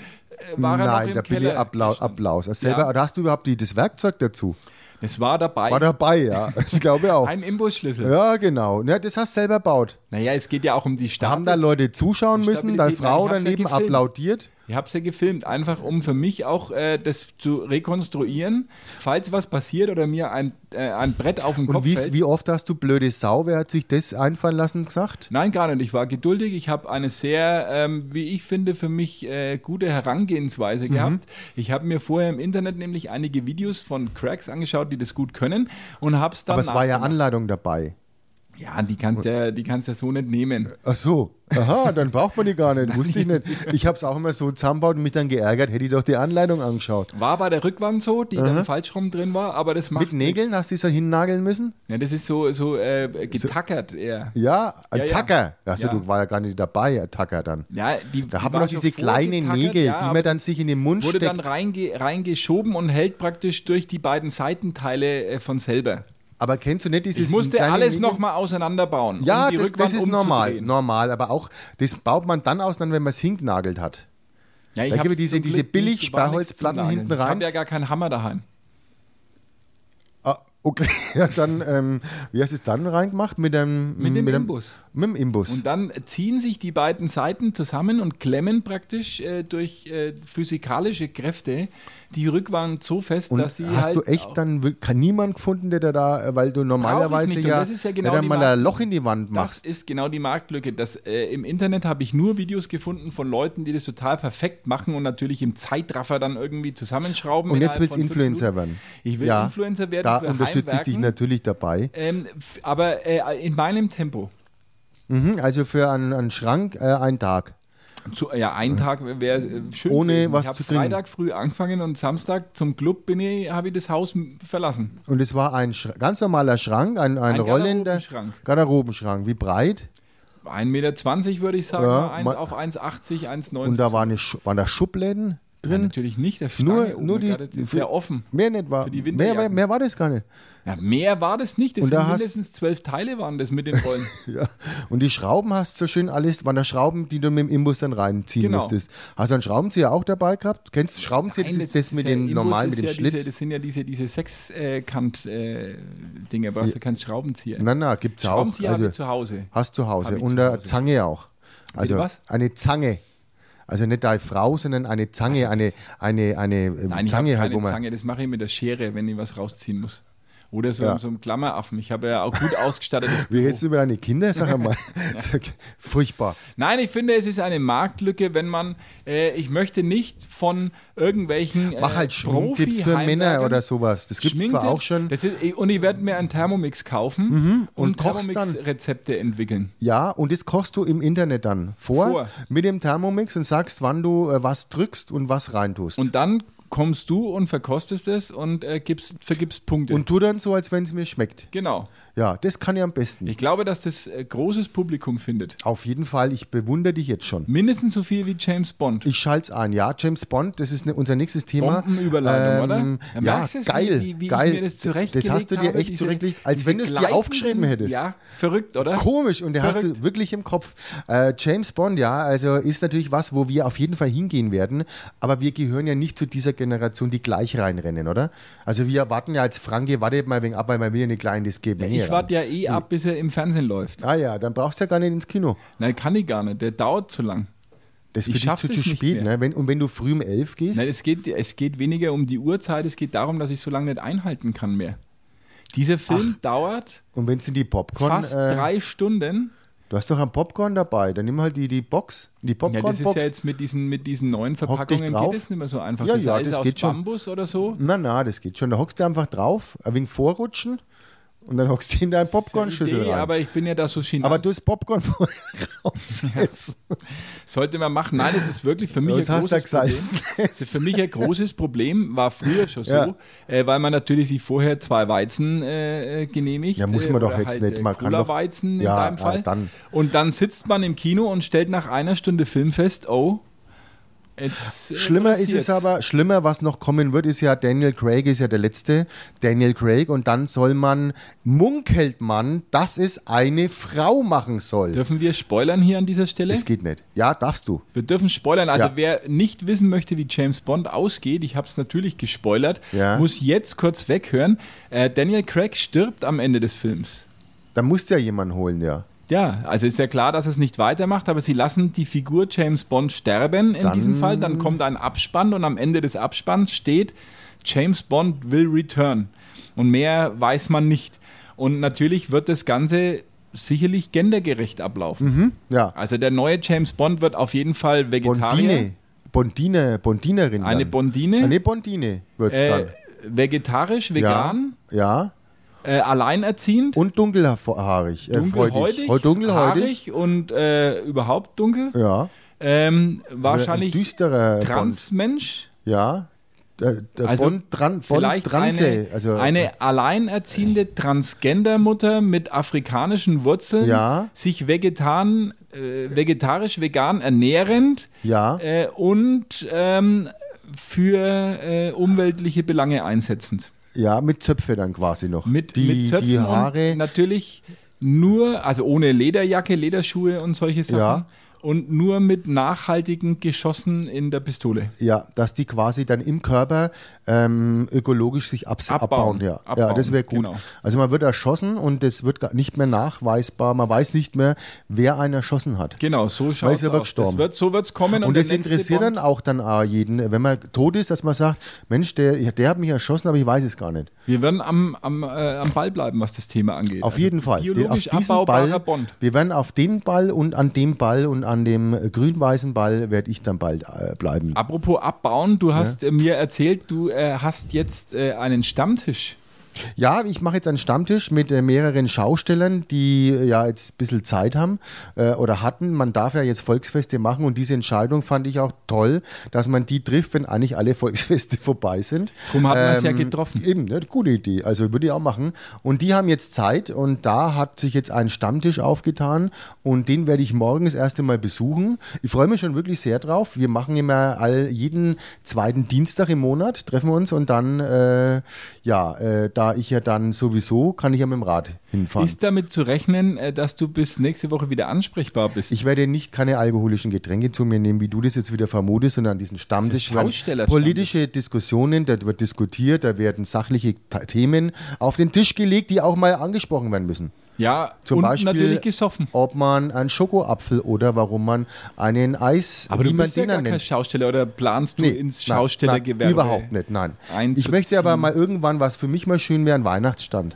Speaker 2: war er noch
Speaker 3: Nein,
Speaker 2: im
Speaker 3: da bin
Speaker 2: Keller.
Speaker 3: ich Applaus. Applaus. Also selber,
Speaker 2: Ja.
Speaker 3: Oder hast du überhaupt die, das Werkzeug dazu?
Speaker 2: Es war dabei.
Speaker 3: War dabei,
Speaker 2: [laughs]
Speaker 3: ja. Ich glaube auch.
Speaker 2: ein Imbusschlüssel.
Speaker 3: Ja, genau. Ja, das hast du selber gebaut.
Speaker 2: Naja, es geht ja auch um die
Speaker 3: Da
Speaker 2: Stadt.
Speaker 3: haben da Leute zuschauen
Speaker 2: Die
Speaker 3: müssen, deine
Speaker 2: Stabilität,
Speaker 3: Frau
Speaker 2: nein, ich hab's ja
Speaker 3: daneben
Speaker 2: gefilmt.
Speaker 3: applaudiert.
Speaker 2: Ich habe es ja gefilmt, einfach um für mich auch äh, das zu rekonstruieren, falls was passiert oder mir ein, äh, ein Brett auf den Kopf
Speaker 3: Und wie,
Speaker 2: fällt.
Speaker 3: wie oft hast du blöde Sau, wer hat sich das einfallen lassen, gesagt?
Speaker 2: Nein, gar nicht. Ich war geduldig. Ich habe eine sehr, ähm, wie ich finde, für mich äh, gute Herangehensweise
Speaker 3: Mhm.
Speaker 2: gehabt. Ich habe mir vorher im Internet nämlich einige Videos von Cracks angeschaut, die das gut können und habe es dann.
Speaker 3: Aber es war ja
Speaker 2: nachgemacht.
Speaker 3: Anleitung dabei.
Speaker 2: Ja, die kannst ja, die kannst ja so nicht nehmen.
Speaker 3: Ach so. Aha, dann braucht man die gar
Speaker 2: [laughs]
Speaker 3: nicht, wusste ich nicht. Ich habe es auch immer so zusammengebaut und mich dann geärgert, hätte ich doch die Anleitung angeschaut.
Speaker 2: War bei der Rückwand so, die dann falsch rum drin war, aber das macht
Speaker 3: Mit Nägeln hast du es dann hinnageln müssen?
Speaker 2: Ja, das ist so so äh, getackert eher.
Speaker 3: Ja, ein
Speaker 2: Ja, ja.
Speaker 3: Tacker. Achso,
Speaker 2: Ja.
Speaker 3: du war ja gar nicht dabei, ein Tacker dann.
Speaker 2: Ja, die,
Speaker 3: Da
Speaker 2: die
Speaker 3: haben wir
Speaker 2: war
Speaker 3: noch
Speaker 2: schon
Speaker 3: diese kleinen
Speaker 2: vorgetackert,
Speaker 3: Nägel,
Speaker 2: ja,
Speaker 3: die man dann sich in den Mund
Speaker 2: wurde dann
Speaker 3: steckt.
Speaker 2: reinge reingeschoben und hält praktisch durch die beiden Seitenteile äh, von selber.
Speaker 3: Aber kennst du nicht dieses
Speaker 2: Ich musste
Speaker 3: kleine
Speaker 2: alles
Speaker 3: Nägel?
Speaker 2: nochmal auseinanderbauen. um
Speaker 3: Ja,
Speaker 2: die
Speaker 3: das, das
Speaker 2: Rückwand
Speaker 3: ist normal,
Speaker 2: umzudrehen.
Speaker 3: normal. Aber auch, das baut man dann aus, wenn man es hingenagelt hat.
Speaker 2: Ja, ich
Speaker 3: Da
Speaker 2: hab's
Speaker 3: gebe diese-
Speaker 2: zum
Speaker 3: diese
Speaker 2: Glück nicht, war nichts
Speaker 3: Billig-Sparholzplatten
Speaker 2: zum Nageln.
Speaker 3: hinten
Speaker 2: Ich
Speaker 3: rein.
Speaker 2: habe ja gar keinen Hammer daheim.
Speaker 3: Ah, Okay, [laughs] ja, dann, ähm, wie hast du es dann reingemacht? Mit dem,
Speaker 2: Mit dem Imbus.
Speaker 3: Mit dem Imbus.
Speaker 2: Und dann ziehen sich die beiden Seiten zusammen und klemmen praktisch äh, durch äh, physikalische Kräfte die Rückwand so fest,
Speaker 3: Und
Speaker 2: dass sie
Speaker 3: hast
Speaker 2: halt
Speaker 3: du echt
Speaker 2: auch-
Speaker 3: dann wirklich- kann niemand gefunden, der da- da, äh, weil du normalerweise
Speaker 2: nicht, und
Speaker 3: ja,
Speaker 2: das ist ja genau
Speaker 3: wenn
Speaker 2: die
Speaker 3: du mal
Speaker 2: Mar-
Speaker 3: ein Loch in die Wand
Speaker 2: Das
Speaker 3: machst.
Speaker 2: ist genau die Marktlücke. Das, äh, Im Internet habe ich nur Videos gefunden von Leuten, die das total perfekt machen und natürlich im Zeitraffer dann irgendwie zusammenschrauben.
Speaker 3: Und jetzt
Speaker 2: innerhalb
Speaker 3: willst du
Speaker 2: von fünf
Speaker 3: Influencer
Speaker 2: Minuten.
Speaker 3: werden.
Speaker 2: Ich will Influencer werden.
Speaker 3: Da
Speaker 2: für
Speaker 3: unterstütze ich dich
Speaker 2: Heimwerken,
Speaker 3: natürlich dabei.
Speaker 2: Ähm, f- aber äh, in meinem Tempo.
Speaker 3: Mhm, also für einen, einen Schrank äh, einen Tag.
Speaker 2: Zu, ja, ein Tag wäre äh, schön.
Speaker 3: Ohne
Speaker 2: gewesen.
Speaker 3: was
Speaker 2: ich hab
Speaker 3: zu trinken.
Speaker 2: Freitag früh angefangen und Samstag zum Club bin ich, habe ich das Haus m- verlassen.
Speaker 3: Und es war ein Schra- ganz normaler Schrank, ein, ein,
Speaker 2: Ein
Speaker 3: rollender
Speaker 2: Garderobenschrank.
Speaker 3: Garderobenschrank. Wie breit?
Speaker 2: 1,20 Meter würde ich sagen,
Speaker 3: Ja,
Speaker 2: eins
Speaker 3: man-
Speaker 2: auf 1,80, 1,90.
Speaker 3: Und da waren, eine, Sch- waren da Schubläden
Speaker 2: Nein,
Speaker 3: drin?
Speaker 2: natürlich nicht, das
Speaker 3: Nur-
Speaker 2: Stange oben,
Speaker 3: nur die-
Speaker 2: gerade, das ist
Speaker 3: für-
Speaker 2: sehr offen.
Speaker 3: mehr nicht war.
Speaker 2: Für die
Speaker 3: mehr, mehr,
Speaker 2: Winterjacken.
Speaker 3: mehr war das gar nicht. [laughs]
Speaker 2: Ja, mehr war das nicht. Das
Speaker 3: Und da
Speaker 2: sind
Speaker 3: hast-
Speaker 2: mindestens zwölf Teile waren das mit den
Speaker 3: [laughs]
Speaker 2: Rollen.
Speaker 3: Ja. Und die Schrauben hast du so schön alles, waren da Schrauben, die du mit dem Imbus dann reinziehen
Speaker 2: Genau.
Speaker 3: musstest. Hast du einen Schraubenzieher auch dabei gehabt? Kennst du Schraubenzieher? das
Speaker 2: Nein,
Speaker 3: ist das, mit
Speaker 2: ja-
Speaker 3: dem
Speaker 2: Imbus
Speaker 3: normalen,
Speaker 2: ist
Speaker 3: mit dem
Speaker 2: ja
Speaker 3: Schlitz.
Speaker 2: Diese, das sind ja diese, diese Sechskant-Dinger, äh, brauchst du keinen Schraubenzieher.
Speaker 3: na, na, gibt's ja auch. Also
Speaker 2: Schraubenzieher habe ich zu Hause.
Speaker 3: Hast zu
Speaker 2: Hab
Speaker 3: Hause.
Speaker 2: ich
Speaker 3: Und
Speaker 2: zu
Speaker 3: eine
Speaker 2: Hause.
Speaker 3: Zange auch. Also
Speaker 2: was?
Speaker 3: eine Zange. Also nicht deine Frau, sondern eine Zange, eine, eine, eine äh,
Speaker 2: Nein, ich habe
Speaker 3: Zange halt, wo
Speaker 2: keine
Speaker 3: man.
Speaker 2: Zange, das mache ich mit der Schere, wenn ich was rausziehen muss. Oder so,
Speaker 3: Ja.
Speaker 2: so einem Klammeraffen. Ich habe ja auch
Speaker 3: [laughs]
Speaker 2: gut ausgestattetes
Speaker 3: Wie
Speaker 2: Büro.
Speaker 3: redest du über deine
Speaker 2: [laughs]
Speaker 3: Kinder? Sag einmal. Sag- Furchtbar.
Speaker 2: Nein, ich finde, es ist eine Marktlücke, wenn man, äh, ich möchte nicht von irgendwelchen äh,
Speaker 3: Mach halt Schminktipps für Männer
Speaker 2: Profi-Heimwerkern-
Speaker 3: oder sowas. Das gibt's zwar
Speaker 2: Schminktipps,
Speaker 3: auch schon. Mhm.
Speaker 2: Das ist, und ich werde mir einen Thermomix kaufen und,
Speaker 3: kochst dann.
Speaker 2: Thermomix-Rezepte entwickeln.
Speaker 3: Ja, und das kochst du im Internet dann vor,
Speaker 2: Vor.
Speaker 3: mit dem Thermomix und sagst, wann du äh, was drückst und was reintust.
Speaker 2: Und dann kommst du und verkostest es und äh, gibst, vergibst Punkte.
Speaker 3: und tu dann so, als wenn es mir schmeckt.
Speaker 2: genau.
Speaker 3: Ja, das kann ich am besten.
Speaker 2: Ich glaube, dass das äh, großes Publikum findet.
Speaker 3: Auf jeden Fall, ich bewundere dich jetzt schon.
Speaker 2: Mindestens so viel wie James Bond.
Speaker 3: Ich schalte es ein. Ja, James Bond, das ist ne, unser nächstes Thema.
Speaker 2: Bombenüberleitung,
Speaker 3: Ähm,
Speaker 2: oder? Da
Speaker 3: Ja,
Speaker 2: merkst du es,
Speaker 3: geil,
Speaker 2: wie, wie
Speaker 3: geil.
Speaker 2: Ich mir das, zurechtgelegt
Speaker 3: hast du dir
Speaker 2: habe,
Speaker 3: echt
Speaker 2: diese-
Speaker 3: zurechtgelegt, als
Speaker 2: diese
Speaker 3: wenn du es dir
Speaker 2: gleitenden-
Speaker 3: aufgeschrieben hättest.
Speaker 2: Ja, verrückt, oder?
Speaker 3: Komisch und der hast
Speaker 2: Verrückt.
Speaker 3: du wirklich im Kopf. Äh, James Bond, ja, also ist natürlich was, wo wir auf jeden Fall hingehen werden, aber wir gehören ja nicht zu dieser Generation, die gleich reinrennen, oder? Also wir warten ja als Franke, wartet mal wegen ab, weil wir eine kleine das geben.
Speaker 2: Ich warte ja eh ab, bis er im Fernsehen läuft.
Speaker 3: Ah ja, dann brauchst du ja gar nicht ins Kino.
Speaker 2: Nein, kann ich gar nicht. Der dauert zu lang.
Speaker 3: Das
Speaker 2: Ich
Speaker 3: ist für dich
Speaker 2: schaff
Speaker 3: zu,
Speaker 2: das
Speaker 3: zu
Speaker 2: nicht
Speaker 3: spät,
Speaker 2: mehr.
Speaker 3: ne? Wenn, und wenn du früh um elf gehst,
Speaker 2: Nein, es geht, es geht weniger um die Uhrzeit, es geht darum, dass ich so lange nicht einhalten kann mehr. Dieser Film dauert
Speaker 3: und wenn es in die Popcorn,
Speaker 2: fast
Speaker 3: äh,
Speaker 2: drei Stunden.
Speaker 3: du hast doch einen Popcorn dabei, dann nimm halt die, die Box, die
Speaker 2: Ja, das
Speaker 3: Popcorn-Box.
Speaker 2: ist ja jetzt mit diesen, mit diesen neuen Verpackungen
Speaker 3: drauf.
Speaker 2: geht es nicht mehr so einfach.
Speaker 3: Ja, ja,
Speaker 2: ist
Speaker 3: das
Speaker 2: aus
Speaker 3: geht schon.
Speaker 2: Bambus oder so.
Speaker 3: Na, na, das geht schon. Da hockst du einfach drauf, ein wenig vorrutschen und dann hockst du in deinen Popcorn-Schüssel
Speaker 2: Idee,
Speaker 3: rein.
Speaker 2: aber ich bin ja da so chinant.
Speaker 3: Aber du hast Popcorn [laughs] vorher rausgegessen.
Speaker 2: Sollte man machen. Nein, das ist wirklich für mich
Speaker 3: Jetzt
Speaker 2: ein
Speaker 3: hast du
Speaker 2: großes Problem.
Speaker 3: gesalzen.
Speaker 2: Das ist für mich ein großes Problem, war früher schon so,
Speaker 3: Ja.
Speaker 2: äh, weil man natürlich sich vorher zwei Weizen äh, äh, genehmigt.
Speaker 3: Ja, muss man
Speaker 2: äh,
Speaker 3: doch
Speaker 2: oder
Speaker 3: jetzt
Speaker 2: halt,
Speaker 3: nicht.
Speaker 2: äh,
Speaker 3: Man kann doch-
Speaker 2: Cola-Weizen in
Speaker 3: Ja,
Speaker 2: deinem
Speaker 3: ah,
Speaker 2: Fall.
Speaker 3: dann.
Speaker 2: Und dann sitzt man im Kino und stellt nach einer Stunde Film fest, oh, jetzt. äh,
Speaker 3: [laughs] Schlimmer
Speaker 2: was
Speaker 3: ist es
Speaker 2: jetzt?
Speaker 3: aber, schlimmer, was noch kommen wird, ist ja, Daniel Craig ist ja der letzte Daniel Craig und dann soll man, munkelt man, dass es eine Frau machen soll.
Speaker 2: Dürfen wir spoilern hier an dieser Stelle?
Speaker 3: Das geht nicht. Ja, darfst du.
Speaker 2: Wir dürfen spoilern. Also
Speaker 3: Ja.
Speaker 2: wer nicht wissen möchte, wie James Bond ausgeht, ich habe es natürlich gespoilert,
Speaker 3: Ja.
Speaker 2: muss jetzt kurz weghören. Äh, Daniel Craig stirbt am Ende des Films.
Speaker 3: Da musst du ja jemanden holen, ja.
Speaker 2: Ja, also ist ja klar, dass es nicht weitermacht, aber sie lassen die Figur James Bond sterben in
Speaker 3: Dann-
Speaker 2: diesem Fall. Dann kommt ein Abspann und am Ende des Abspanns steht, James Bond will return. Und mehr weiß man nicht. Und natürlich wird das Ganze sicherlich gendergerecht ablaufen.
Speaker 3: Ja.
Speaker 2: Also der neue James Bond wird auf jeden Fall Vegetarier.
Speaker 3: Bondine. Bondine, Bondinerin.
Speaker 2: Eine
Speaker 3: dann.
Speaker 2: Bondine?
Speaker 3: Eine Bondine wird's
Speaker 2: Äh,
Speaker 3: dann.
Speaker 2: vegetarisch, vegan,
Speaker 3: Ja. ja.
Speaker 2: äh, alleinerziehend,
Speaker 3: Und dunkelhaarig. Äh, freudig. Heu- Dunkelhäutig.
Speaker 2: haarig und äh, überhaupt dunkel.
Speaker 3: Ja.
Speaker 2: Ähm, wahrscheinlich
Speaker 3: Ein düsterer Bond.
Speaker 2: Transmensch.
Speaker 3: Ja. Der, der
Speaker 2: Also
Speaker 3: Bond, Tran, Bond
Speaker 2: Vielleicht
Speaker 3: Transe.
Speaker 2: eine,
Speaker 3: also,
Speaker 2: eine alleinerziehende Transgender-Mutter mit afrikanischen Wurzeln,
Speaker 3: Ja.
Speaker 2: sich vegetan, äh, vegetarisch, vegan ernährend
Speaker 3: Ja.
Speaker 2: äh, und ähm, für äh, umweltliche Belange einsetzend.
Speaker 3: ja, mit Zöpfe dann quasi noch.
Speaker 2: mit,
Speaker 3: die,
Speaker 2: mit Zöpfen
Speaker 3: die
Speaker 2: und
Speaker 3: Haare.
Speaker 2: natürlich nur, also ohne Lederjacke, Lederschuhe und solche Sachen.
Speaker 3: Ja.
Speaker 2: und nur mit nachhaltigen Geschossen in der Pistole.
Speaker 3: Ja, dass die quasi dann im Körper ähm, ökologisch sich abs abbauen.
Speaker 2: Abbauen,
Speaker 3: Ja, ja
Speaker 2: abbauen,
Speaker 3: das wäre gut.
Speaker 2: genau.
Speaker 3: Also man wird erschossen und das wird gar nicht mehr nachweisbar. Man weiß nicht mehr, wer einen erschossen hat.
Speaker 2: Genau, so
Speaker 3: Weil
Speaker 2: schaut
Speaker 3: ist
Speaker 2: es
Speaker 3: er
Speaker 2: aus.
Speaker 3: gestorben.
Speaker 2: Das wird, so wird es kommen.
Speaker 3: Und,
Speaker 2: der
Speaker 3: das
Speaker 2: nächste
Speaker 3: interessiert
Speaker 2: Bond-
Speaker 3: dann auch dann auch jeden, wenn man tot ist, dass man sagt, Mensch, der, der hat mich erschossen, aber ich weiß es gar nicht.
Speaker 2: Wir werden am, am, äh, am Ball bleiben, was das Thema angeht.
Speaker 3: Auf
Speaker 2: Also
Speaker 3: jeden Fall. Die-
Speaker 2: Biologisch
Speaker 3: auf diesen
Speaker 2: abbaubarer
Speaker 3: Ball,
Speaker 2: Bond.
Speaker 3: Wir werden auf den Ball und an dem Ball und an dem äh, grün-weißen Ball werde ich dann bald äh, bleiben.
Speaker 2: Apropos abbauen, du hast äh, mir erzählt, du äh, hast jetzt äh, einen Stammtisch.
Speaker 3: Ja, ich mache jetzt einen Stammtisch mit äh, mehreren Schaustellern, die äh, ja jetzt ein bisschen Zeit haben äh, oder hatten. Man darf ja jetzt Volksfeste machen und diese Entscheidung fand ich auch toll, dass man die trifft, wenn eigentlich alle [laughs] Volksfeste vorbei sind.
Speaker 2: Drum hat man es ja getroffen.
Speaker 3: Eben, ne? gute Idee. Also würde ich auch machen. Und die haben jetzt Zeit und da hat sich jetzt ein Stammtisch aufgetan und den werde ich morgen das erste Mal besuchen. Ich freue mich schon wirklich sehr drauf. Wir machen immer all, jeden zweiten Dienstag im Monat, treffen wir uns und dann, äh, ja, äh, da ich ja dann sowieso, kann ich ja mit dem Rad hinfahren.
Speaker 2: Ist damit zu rechnen, äh, dass du bis nächste Woche wieder ansprechbar bist?
Speaker 3: ich werde nicht keine alkoholischen Getränke zu mir nehmen, wie du das jetzt wieder vermutest, sondern an diesen Stammtisch werden
Speaker 2: Schaustellerstammtisch.
Speaker 3: politische Diskussionen, da wird diskutiert, da werden sachliche Ta- Themen auf den Tisch gelegt, die auch mal angesprochen werden müssen.
Speaker 2: ja,
Speaker 3: Zum
Speaker 2: und
Speaker 3: Beispiel,
Speaker 2: natürlich gesoffen.
Speaker 3: ob man einen Schokoapfel oder warum man einen Eis,
Speaker 2: Aber du
Speaker 3: wie man
Speaker 2: bist ja
Speaker 3: den
Speaker 2: gar
Speaker 3: dann
Speaker 2: kein
Speaker 3: nennt.
Speaker 2: Schausteller oder planst du
Speaker 3: Nee,
Speaker 2: ins
Speaker 3: nein,
Speaker 2: Schaustellergewerbe?
Speaker 3: nein, Überhaupt nicht, nein. Ich
Speaker 2: einzuziehen.
Speaker 3: möchte aber mal irgendwann, was für mich mal schön wäre, einen Weihnachtsstand.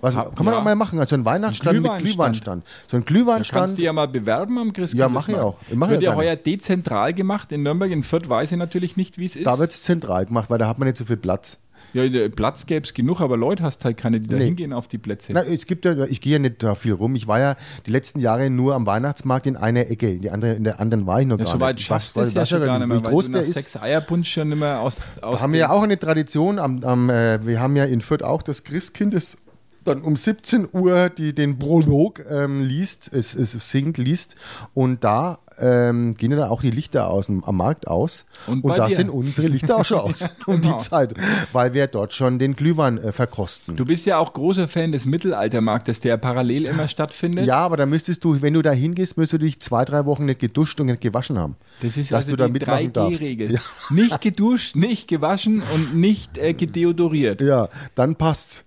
Speaker 3: Was,
Speaker 2: Ah,
Speaker 3: kann man
Speaker 2: ja.
Speaker 3: auch mal machen, also einen Weihnachtsstand mit
Speaker 2: Glühweinstand.
Speaker 3: Glühweinstand. So
Speaker 2: Da
Speaker 3: ein
Speaker 2: kannst
Speaker 3: Glühweinstand.
Speaker 2: du ja mal bewerben am Christkindlesmarkt.
Speaker 3: Ja, mach ich auch. Ich mach
Speaker 2: Es wird
Speaker 3: ja
Speaker 2: ja
Speaker 3: gerne.
Speaker 2: heuer dezentral gemacht. In Nürnberg, in Fürth weiß ich natürlich nicht, wie es ist.
Speaker 3: Da wird es zentral gemacht, weil da hat man nicht so viel Platz.
Speaker 2: ja, der Platz gäbe es genug, aber Leute hast halt keine, die da
Speaker 3: Nee.
Speaker 2: hingehen auf die Plätze.
Speaker 3: Na, es gibt ja, ich gehe ja nicht da viel rum. Ich war ja die letzten Jahre nur am Weihnachtsmarkt in einer Ecke. In, die andere, in der anderen war ich noch
Speaker 2: ja,
Speaker 3: gar
Speaker 2: soweit
Speaker 3: nicht.
Speaker 2: schaffst du
Speaker 3: Was-
Speaker 2: es ja
Speaker 3: was-
Speaker 2: schon
Speaker 3: was-
Speaker 2: gar nicht mehr,
Speaker 3: Wie groß
Speaker 2: weil du
Speaker 3: der
Speaker 2: nach
Speaker 3: ist.
Speaker 2: sechs Eierpunsch schon nicht mehr aus, aus
Speaker 3: Da haben wir
Speaker 2: dem-
Speaker 3: ja auch eine Tradition. Am, am, äh, wir haben ja in Fürth auch das Christkind, das dann um 17 Uhr die, den Prolog ähm, liest, es, es singt, liest. Und da ähm, gehen ja dann auch die Lichter aus, dem- am Markt aus.
Speaker 2: Und
Speaker 3: Und,
Speaker 2: bei
Speaker 3: da
Speaker 2: dir.
Speaker 3: sind unsere Lichter auch schon
Speaker 2: [laughs]
Speaker 3: aus. um
Speaker 2: genau.
Speaker 3: die Zeit. Weil wir dort schon den Glühwein äh, verkosten.
Speaker 2: Du bist ja auch großer Fan des Mittelaltermarktes, der parallel immer stattfindet.
Speaker 3: Ja, aber da müsstest du, wenn du da hingehst, müsstest du dich zwei, drei Wochen nicht geduscht und nicht gewaschen haben.
Speaker 2: Das ist
Speaker 3: dass
Speaker 2: also
Speaker 3: du da
Speaker 2: die
Speaker 3: mitmachen darfst.
Speaker 2: 3G-Regel.
Speaker 3: Ja.
Speaker 2: Nicht geduscht, nicht gewaschen und nicht äh, gedeodoriert.
Speaker 3: Ja, dann passt's.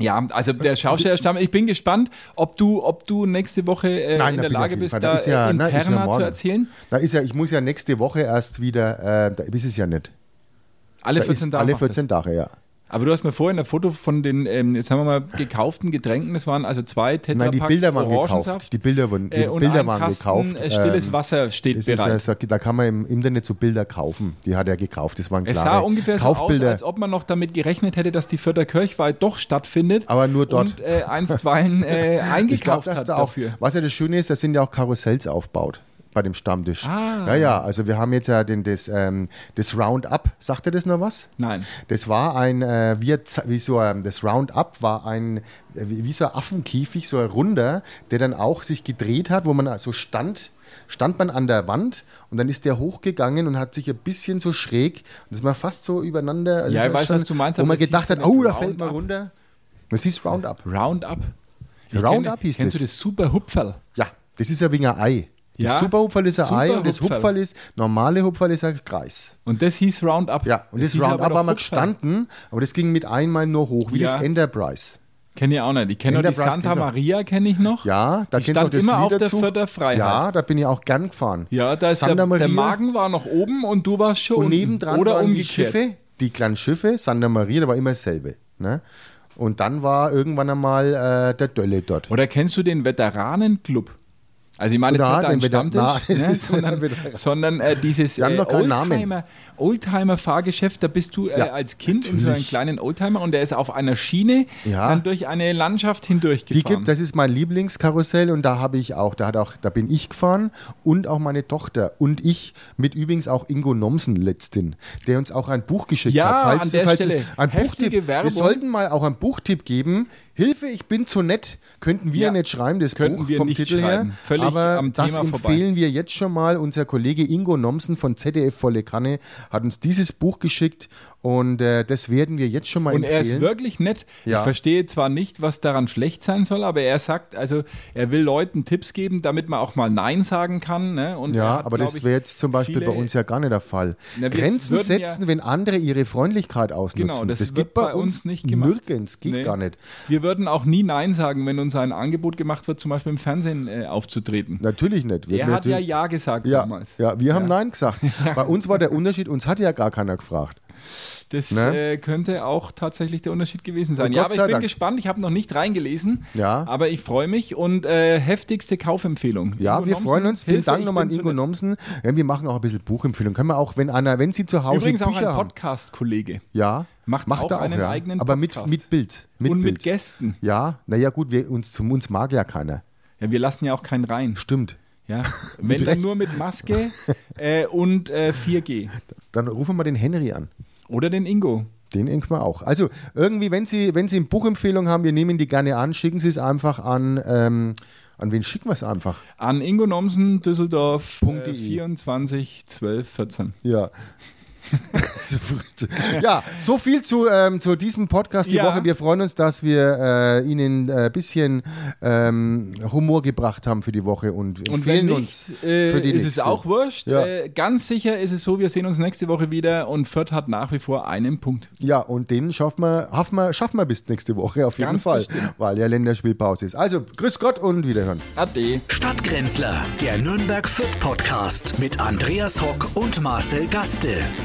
Speaker 2: Ja, also der Schaustellerstamm, ich bin gespannt, ob du, ob du nächste Woche äh,
Speaker 3: Nein,
Speaker 2: in
Speaker 3: da
Speaker 2: der
Speaker 3: bin ich
Speaker 2: Lage
Speaker 3: auf jeden
Speaker 2: bist,
Speaker 3: Fall.
Speaker 2: da
Speaker 3: ist ja,
Speaker 2: äh,
Speaker 3: na, ist ja
Speaker 2: interner zu
Speaker 3: morgen.
Speaker 2: erzählen.
Speaker 3: Da ist ja, ich muss ja nächste Woche erst wieder, äh, da ist es ja nicht.
Speaker 2: Alle
Speaker 3: Da
Speaker 2: 14
Speaker 3: ist
Speaker 2: Tage.
Speaker 3: alle
Speaker 2: macht das.
Speaker 3: 14 Tage, ja.
Speaker 2: Aber du hast mir vorhin ein Foto von den, ähm, jetzt haben wir mal gekauften Getränken, das waren also zwei
Speaker 3: Nein, die
Speaker 2: Tetrapacks
Speaker 3: Bilder waren gekauft.
Speaker 2: Orangensaft
Speaker 3: Die Bilder wurden, die
Speaker 2: äh, und
Speaker 3: Bilder
Speaker 2: ein
Speaker 3: waren
Speaker 2: Kasten
Speaker 3: gekauft.
Speaker 2: äh, stilles
Speaker 3: Ähm,
Speaker 2: Wasser steht
Speaker 3: das ist,
Speaker 2: bereit.
Speaker 3: ja so- da kann man im Internet so Bilder kaufen. Die hat er gekauft. Das waren
Speaker 2: es sah
Speaker 3: klare
Speaker 2: ungefähr so aus,
Speaker 3: Kaufbilder.
Speaker 2: als ob man noch damit gerechnet hätte, dass die Fürther Kirchweih doch stattfindet.
Speaker 3: Aber nur dort.
Speaker 2: Und äh,
Speaker 3: [laughs]
Speaker 2: einstweilen äh,
Speaker 3: ich glaube,
Speaker 2: eingekauft
Speaker 3: dass
Speaker 2: hat
Speaker 3: da auch,
Speaker 2: dafür.
Speaker 3: was ja das Schöne ist, da sind ja auch Karussells aufgebaut bei dem Stammtisch.
Speaker 2: Ah.
Speaker 3: Ja, ja, also wir haben jetzt ja den, das, ähm, das Roundup. Sagt ihr das noch was?
Speaker 2: Nein.
Speaker 3: Das war ein, äh, wie, ein Z- wie so ein, das Roundup war ein, äh, wie wie so ein Affenkäfig, so ein runder, der dann auch sich gedreht hat, wo man also stand, stand man an der Wand und dann ist der hochgegangen und hat sich ein bisschen so schräg, und das war fast so übereinander. Also
Speaker 2: Ja,
Speaker 3: das
Speaker 2: ich
Speaker 3: war
Speaker 2: weiß, was du meinst,
Speaker 3: Wo
Speaker 2: aber
Speaker 3: man
Speaker 2: das
Speaker 3: gedacht
Speaker 2: hieß
Speaker 3: hat,
Speaker 2: doch nicht
Speaker 3: oh, da fällt man
Speaker 2: Roundup.
Speaker 3: runter. Das hieß Roundup.
Speaker 2: Roundup. Ich
Speaker 3: Roundup
Speaker 2: kenne-
Speaker 3: hieß
Speaker 2: Kennst
Speaker 3: das.
Speaker 2: du das super Hupferl?
Speaker 3: Ja, das ist ja wegen ein Ei.
Speaker 2: Ja.
Speaker 3: Das Superhupferl ist ein Ei und das
Speaker 2: Superhupferl.
Speaker 3: Hupferl ist, normale Hupferl ist ein Kreis.
Speaker 2: Und das hieß Roundup.
Speaker 3: Ja, und das,
Speaker 2: hieß
Speaker 3: Roundup
Speaker 2: aber
Speaker 3: haben wir
Speaker 2: doch Hupferl.
Speaker 3: gestanden, aber das ging mit einmal nur hoch, wie
Speaker 2: Ja.
Speaker 3: das Enterprise.
Speaker 2: Kenn ich auch nicht. Ich kenne noch die
Speaker 3: Enterprise
Speaker 2: Santa
Speaker 3: kennst du.
Speaker 2: Maria, kenne ich noch.
Speaker 3: Ja, da
Speaker 2: Die
Speaker 3: kennst du auch
Speaker 2: stand
Speaker 3: das
Speaker 2: immer
Speaker 3: Lied
Speaker 2: auf der
Speaker 3: dazu.
Speaker 2: Fürther Freiheit.
Speaker 3: Ja, da bin ich auch gern gefahren.
Speaker 2: Ja, da ist der,
Speaker 3: Santa Maria
Speaker 2: der Magen war noch oben und du warst schon
Speaker 3: und
Speaker 2: unten.
Speaker 3: nebendran
Speaker 2: oder
Speaker 3: waren
Speaker 2: umgekehrt.
Speaker 3: die Schiffe, die kleinen Schiffe, Santa Maria, da war immer dasselbe. Ne? Und dann war irgendwann einmal äh, der Dölle dort.
Speaker 2: Oder kennst du den Veteranenclub? Also ich meine,
Speaker 3: Na,
Speaker 2: nicht deinen
Speaker 3: den Veter-
Speaker 2: Stammtisch,
Speaker 3: na, [laughs] das
Speaker 2: ne,
Speaker 3: ist-
Speaker 2: sondern, sondern äh, dieses
Speaker 3: Wir haben
Speaker 2: äh,
Speaker 3: noch keinen Namen.
Speaker 2: Oldtimer, Oldtimer-Fahrgeschäft, da bist du äh,
Speaker 3: Ja,
Speaker 2: als Kind in so einem
Speaker 3: natürlich.
Speaker 2: kleinen Oldtimer und der ist auf einer Schiene
Speaker 3: Ja.
Speaker 2: dann durch eine Landschaft hindurch
Speaker 3: Die
Speaker 2: gefahren.
Speaker 3: gibt, das ist mein Lieblingskarussell und da habe ich auch, da hat auch, da bin ich gefahren und auch meine Tochter und ich mit übrigens auch Ingo Nomsen letzten, der uns auch ein Buch geschickt
Speaker 2: Ja,
Speaker 3: hat.
Speaker 2: an der Stelle.
Speaker 3: Ein
Speaker 2: Heftige
Speaker 3: Buchtipp.
Speaker 2: Werbung.
Speaker 3: Wir sollten mal auch einen Buchtipp geben. Hilfe, ich bin zu nett. Könnten wir
Speaker 2: Ja.
Speaker 3: nicht schreiben, das
Speaker 2: Könnten
Speaker 3: Buch
Speaker 2: wir
Speaker 3: vom
Speaker 2: nicht
Speaker 3: Titel
Speaker 2: schreiben.
Speaker 3: her.
Speaker 2: Völlig
Speaker 3: aber
Speaker 2: am
Speaker 3: das
Speaker 2: Thema vorbei.
Speaker 3: empfehlen wir jetzt schon mal. Unser Kollege Ingo Nomsen von ZDF Volle Kanne hat uns dieses Buch geschickt Und äh, das werden wir jetzt schon mal
Speaker 2: Und er
Speaker 3: empfehlen.
Speaker 2: ist wirklich nett.
Speaker 3: Ja.
Speaker 2: Ich verstehe zwar nicht, was daran schlecht sein soll, aber er sagt, also er will Leuten Tipps geben, damit man auch mal Nein sagen kann. Ne? Und er
Speaker 3: ja,
Speaker 2: hat,
Speaker 3: aber
Speaker 2: glaub
Speaker 3: das
Speaker 2: ich,
Speaker 3: wäre jetzt zum Beispiel
Speaker 2: viele-
Speaker 3: bei uns ja gar nicht der Fall.
Speaker 2: Na, wir
Speaker 3: Grenzen
Speaker 2: würden ja-
Speaker 3: setzen, wenn andere ihre Freundlichkeit ausnutzen.
Speaker 2: Genau, das, wird
Speaker 3: gibt bei uns,
Speaker 2: nicht gemacht.
Speaker 3: nirgends, geht
Speaker 2: Nee.
Speaker 3: gar nicht.
Speaker 2: Wir würden auch nie Nein sagen, wenn uns ein Angebot gemacht wird, zum Beispiel im Fernsehen äh, aufzutreten.
Speaker 3: Natürlich nicht. Wir
Speaker 2: er hat ja
Speaker 3: natürlich,
Speaker 2: Ja gesagt
Speaker 3: ja,
Speaker 2: damals.
Speaker 3: ja, wir haben
Speaker 2: [laughs]
Speaker 3: Nein gesagt. Bei uns war der Unterschied, uns hat ja gar keiner gefragt.
Speaker 2: Das
Speaker 3: Ne?
Speaker 2: äh, könnte auch tatsächlich der Unterschied gewesen sein.
Speaker 3: Oh,
Speaker 2: ja,
Speaker 3: Gott
Speaker 2: aber ich
Speaker 3: sei
Speaker 2: bin
Speaker 3: Dank.
Speaker 2: gespannt. Ich habe noch nicht reingelesen.
Speaker 3: Ja.
Speaker 2: Aber ich freue mich und äh, heftigste Kaufempfehlung.
Speaker 3: Ja,
Speaker 2: Ingo
Speaker 3: wir
Speaker 2: Nomsen,
Speaker 3: freuen uns. Vielen
Speaker 2: Hilfe,
Speaker 3: Dank
Speaker 2: ich
Speaker 3: nochmal an
Speaker 2: bin zu ne-
Speaker 3: Ingo
Speaker 2: nett.
Speaker 3: Nomsen. Ja, wir machen auch ein bisschen Buchempfehlung. Können wir auch, wenn einer, wenn Sie zu Hause
Speaker 2: Übrigens auch
Speaker 3: Bücher
Speaker 2: ein
Speaker 3: haben.
Speaker 2: Podcast-Kollege.
Speaker 3: Ja,
Speaker 2: Macht auch
Speaker 3: er
Speaker 2: einen eigenen
Speaker 3: Aber
Speaker 2: Podcast.
Speaker 3: mit, mit Bild. Mit
Speaker 2: und
Speaker 3: Bild.
Speaker 2: mit Gästen.
Speaker 3: Ja, naja gut, wir, uns, zum uns mag ja keiner.
Speaker 2: Ja, wir lassen ja auch keinen rein.
Speaker 3: Stimmt. [laughs]
Speaker 2: Ja, wenn dann
Speaker 3: Recht.
Speaker 2: nur mit Maske äh, und äh, 4G.
Speaker 3: Dann rufen wir mal den Henry an.
Speaker 2: Oder den Ingo.
Speaker 3: Den denken wir auch. Also irgendwie, wenn Sie, wenn Sie eine Buchempfehlung haben, wir nehmen die gerne an, schicken Sie es einfach an, ähm, an wen schicken wir es einfach?
Speaker 2: An Ingo Nomsen, Düsseldorf,
Speaker 3: Punkt
Speaker 2: äh,
Speaker 3: de.
Speaker 2: 24 12 14.
Speaker 3: Ja. [laughs] ja, so viel zu, ähm, zu diesem Podcast die
Speaker 2: Ja.
Speaker 3: Woche. Wir freuen uns, dass wir äh, Ihnen ein äh, bisschen ähm, Humor gebracht haben für die Woche und
Speaker 2: Und wenn
Speaker 3: empfehlen
Speaker 2: nicht,
Speaker 3: uns
Speaker 2: äh,
Speaker 3: für die
Speaker 2: ist es
Speaker 3: nächste.
Speaker 2: auch wurscht.
Speaker 3: Ja.
Speaker 2: Äh, ganz sicher ist es so, wir sehen uns nächste Woche wieder und Fürth hat nach wie vor einen Punkt.
Speaker 3: Ja, und den schaffen wir, schaffen wir, schaffen wir bis nächste Woche auf jeden
Speaker 2: Ganz
Speaker 3: Fall,
Speaker 2: bestimmt.
Speaker 3: weil ja Länderspielpause ist. Also, grüß Gott und wiederhören.
Speaker 2: Ade.
Speaker 1: Stadtgrenzler, der Nürnberg Fit Podcast mit Andreas Hock und Marcel Gaste.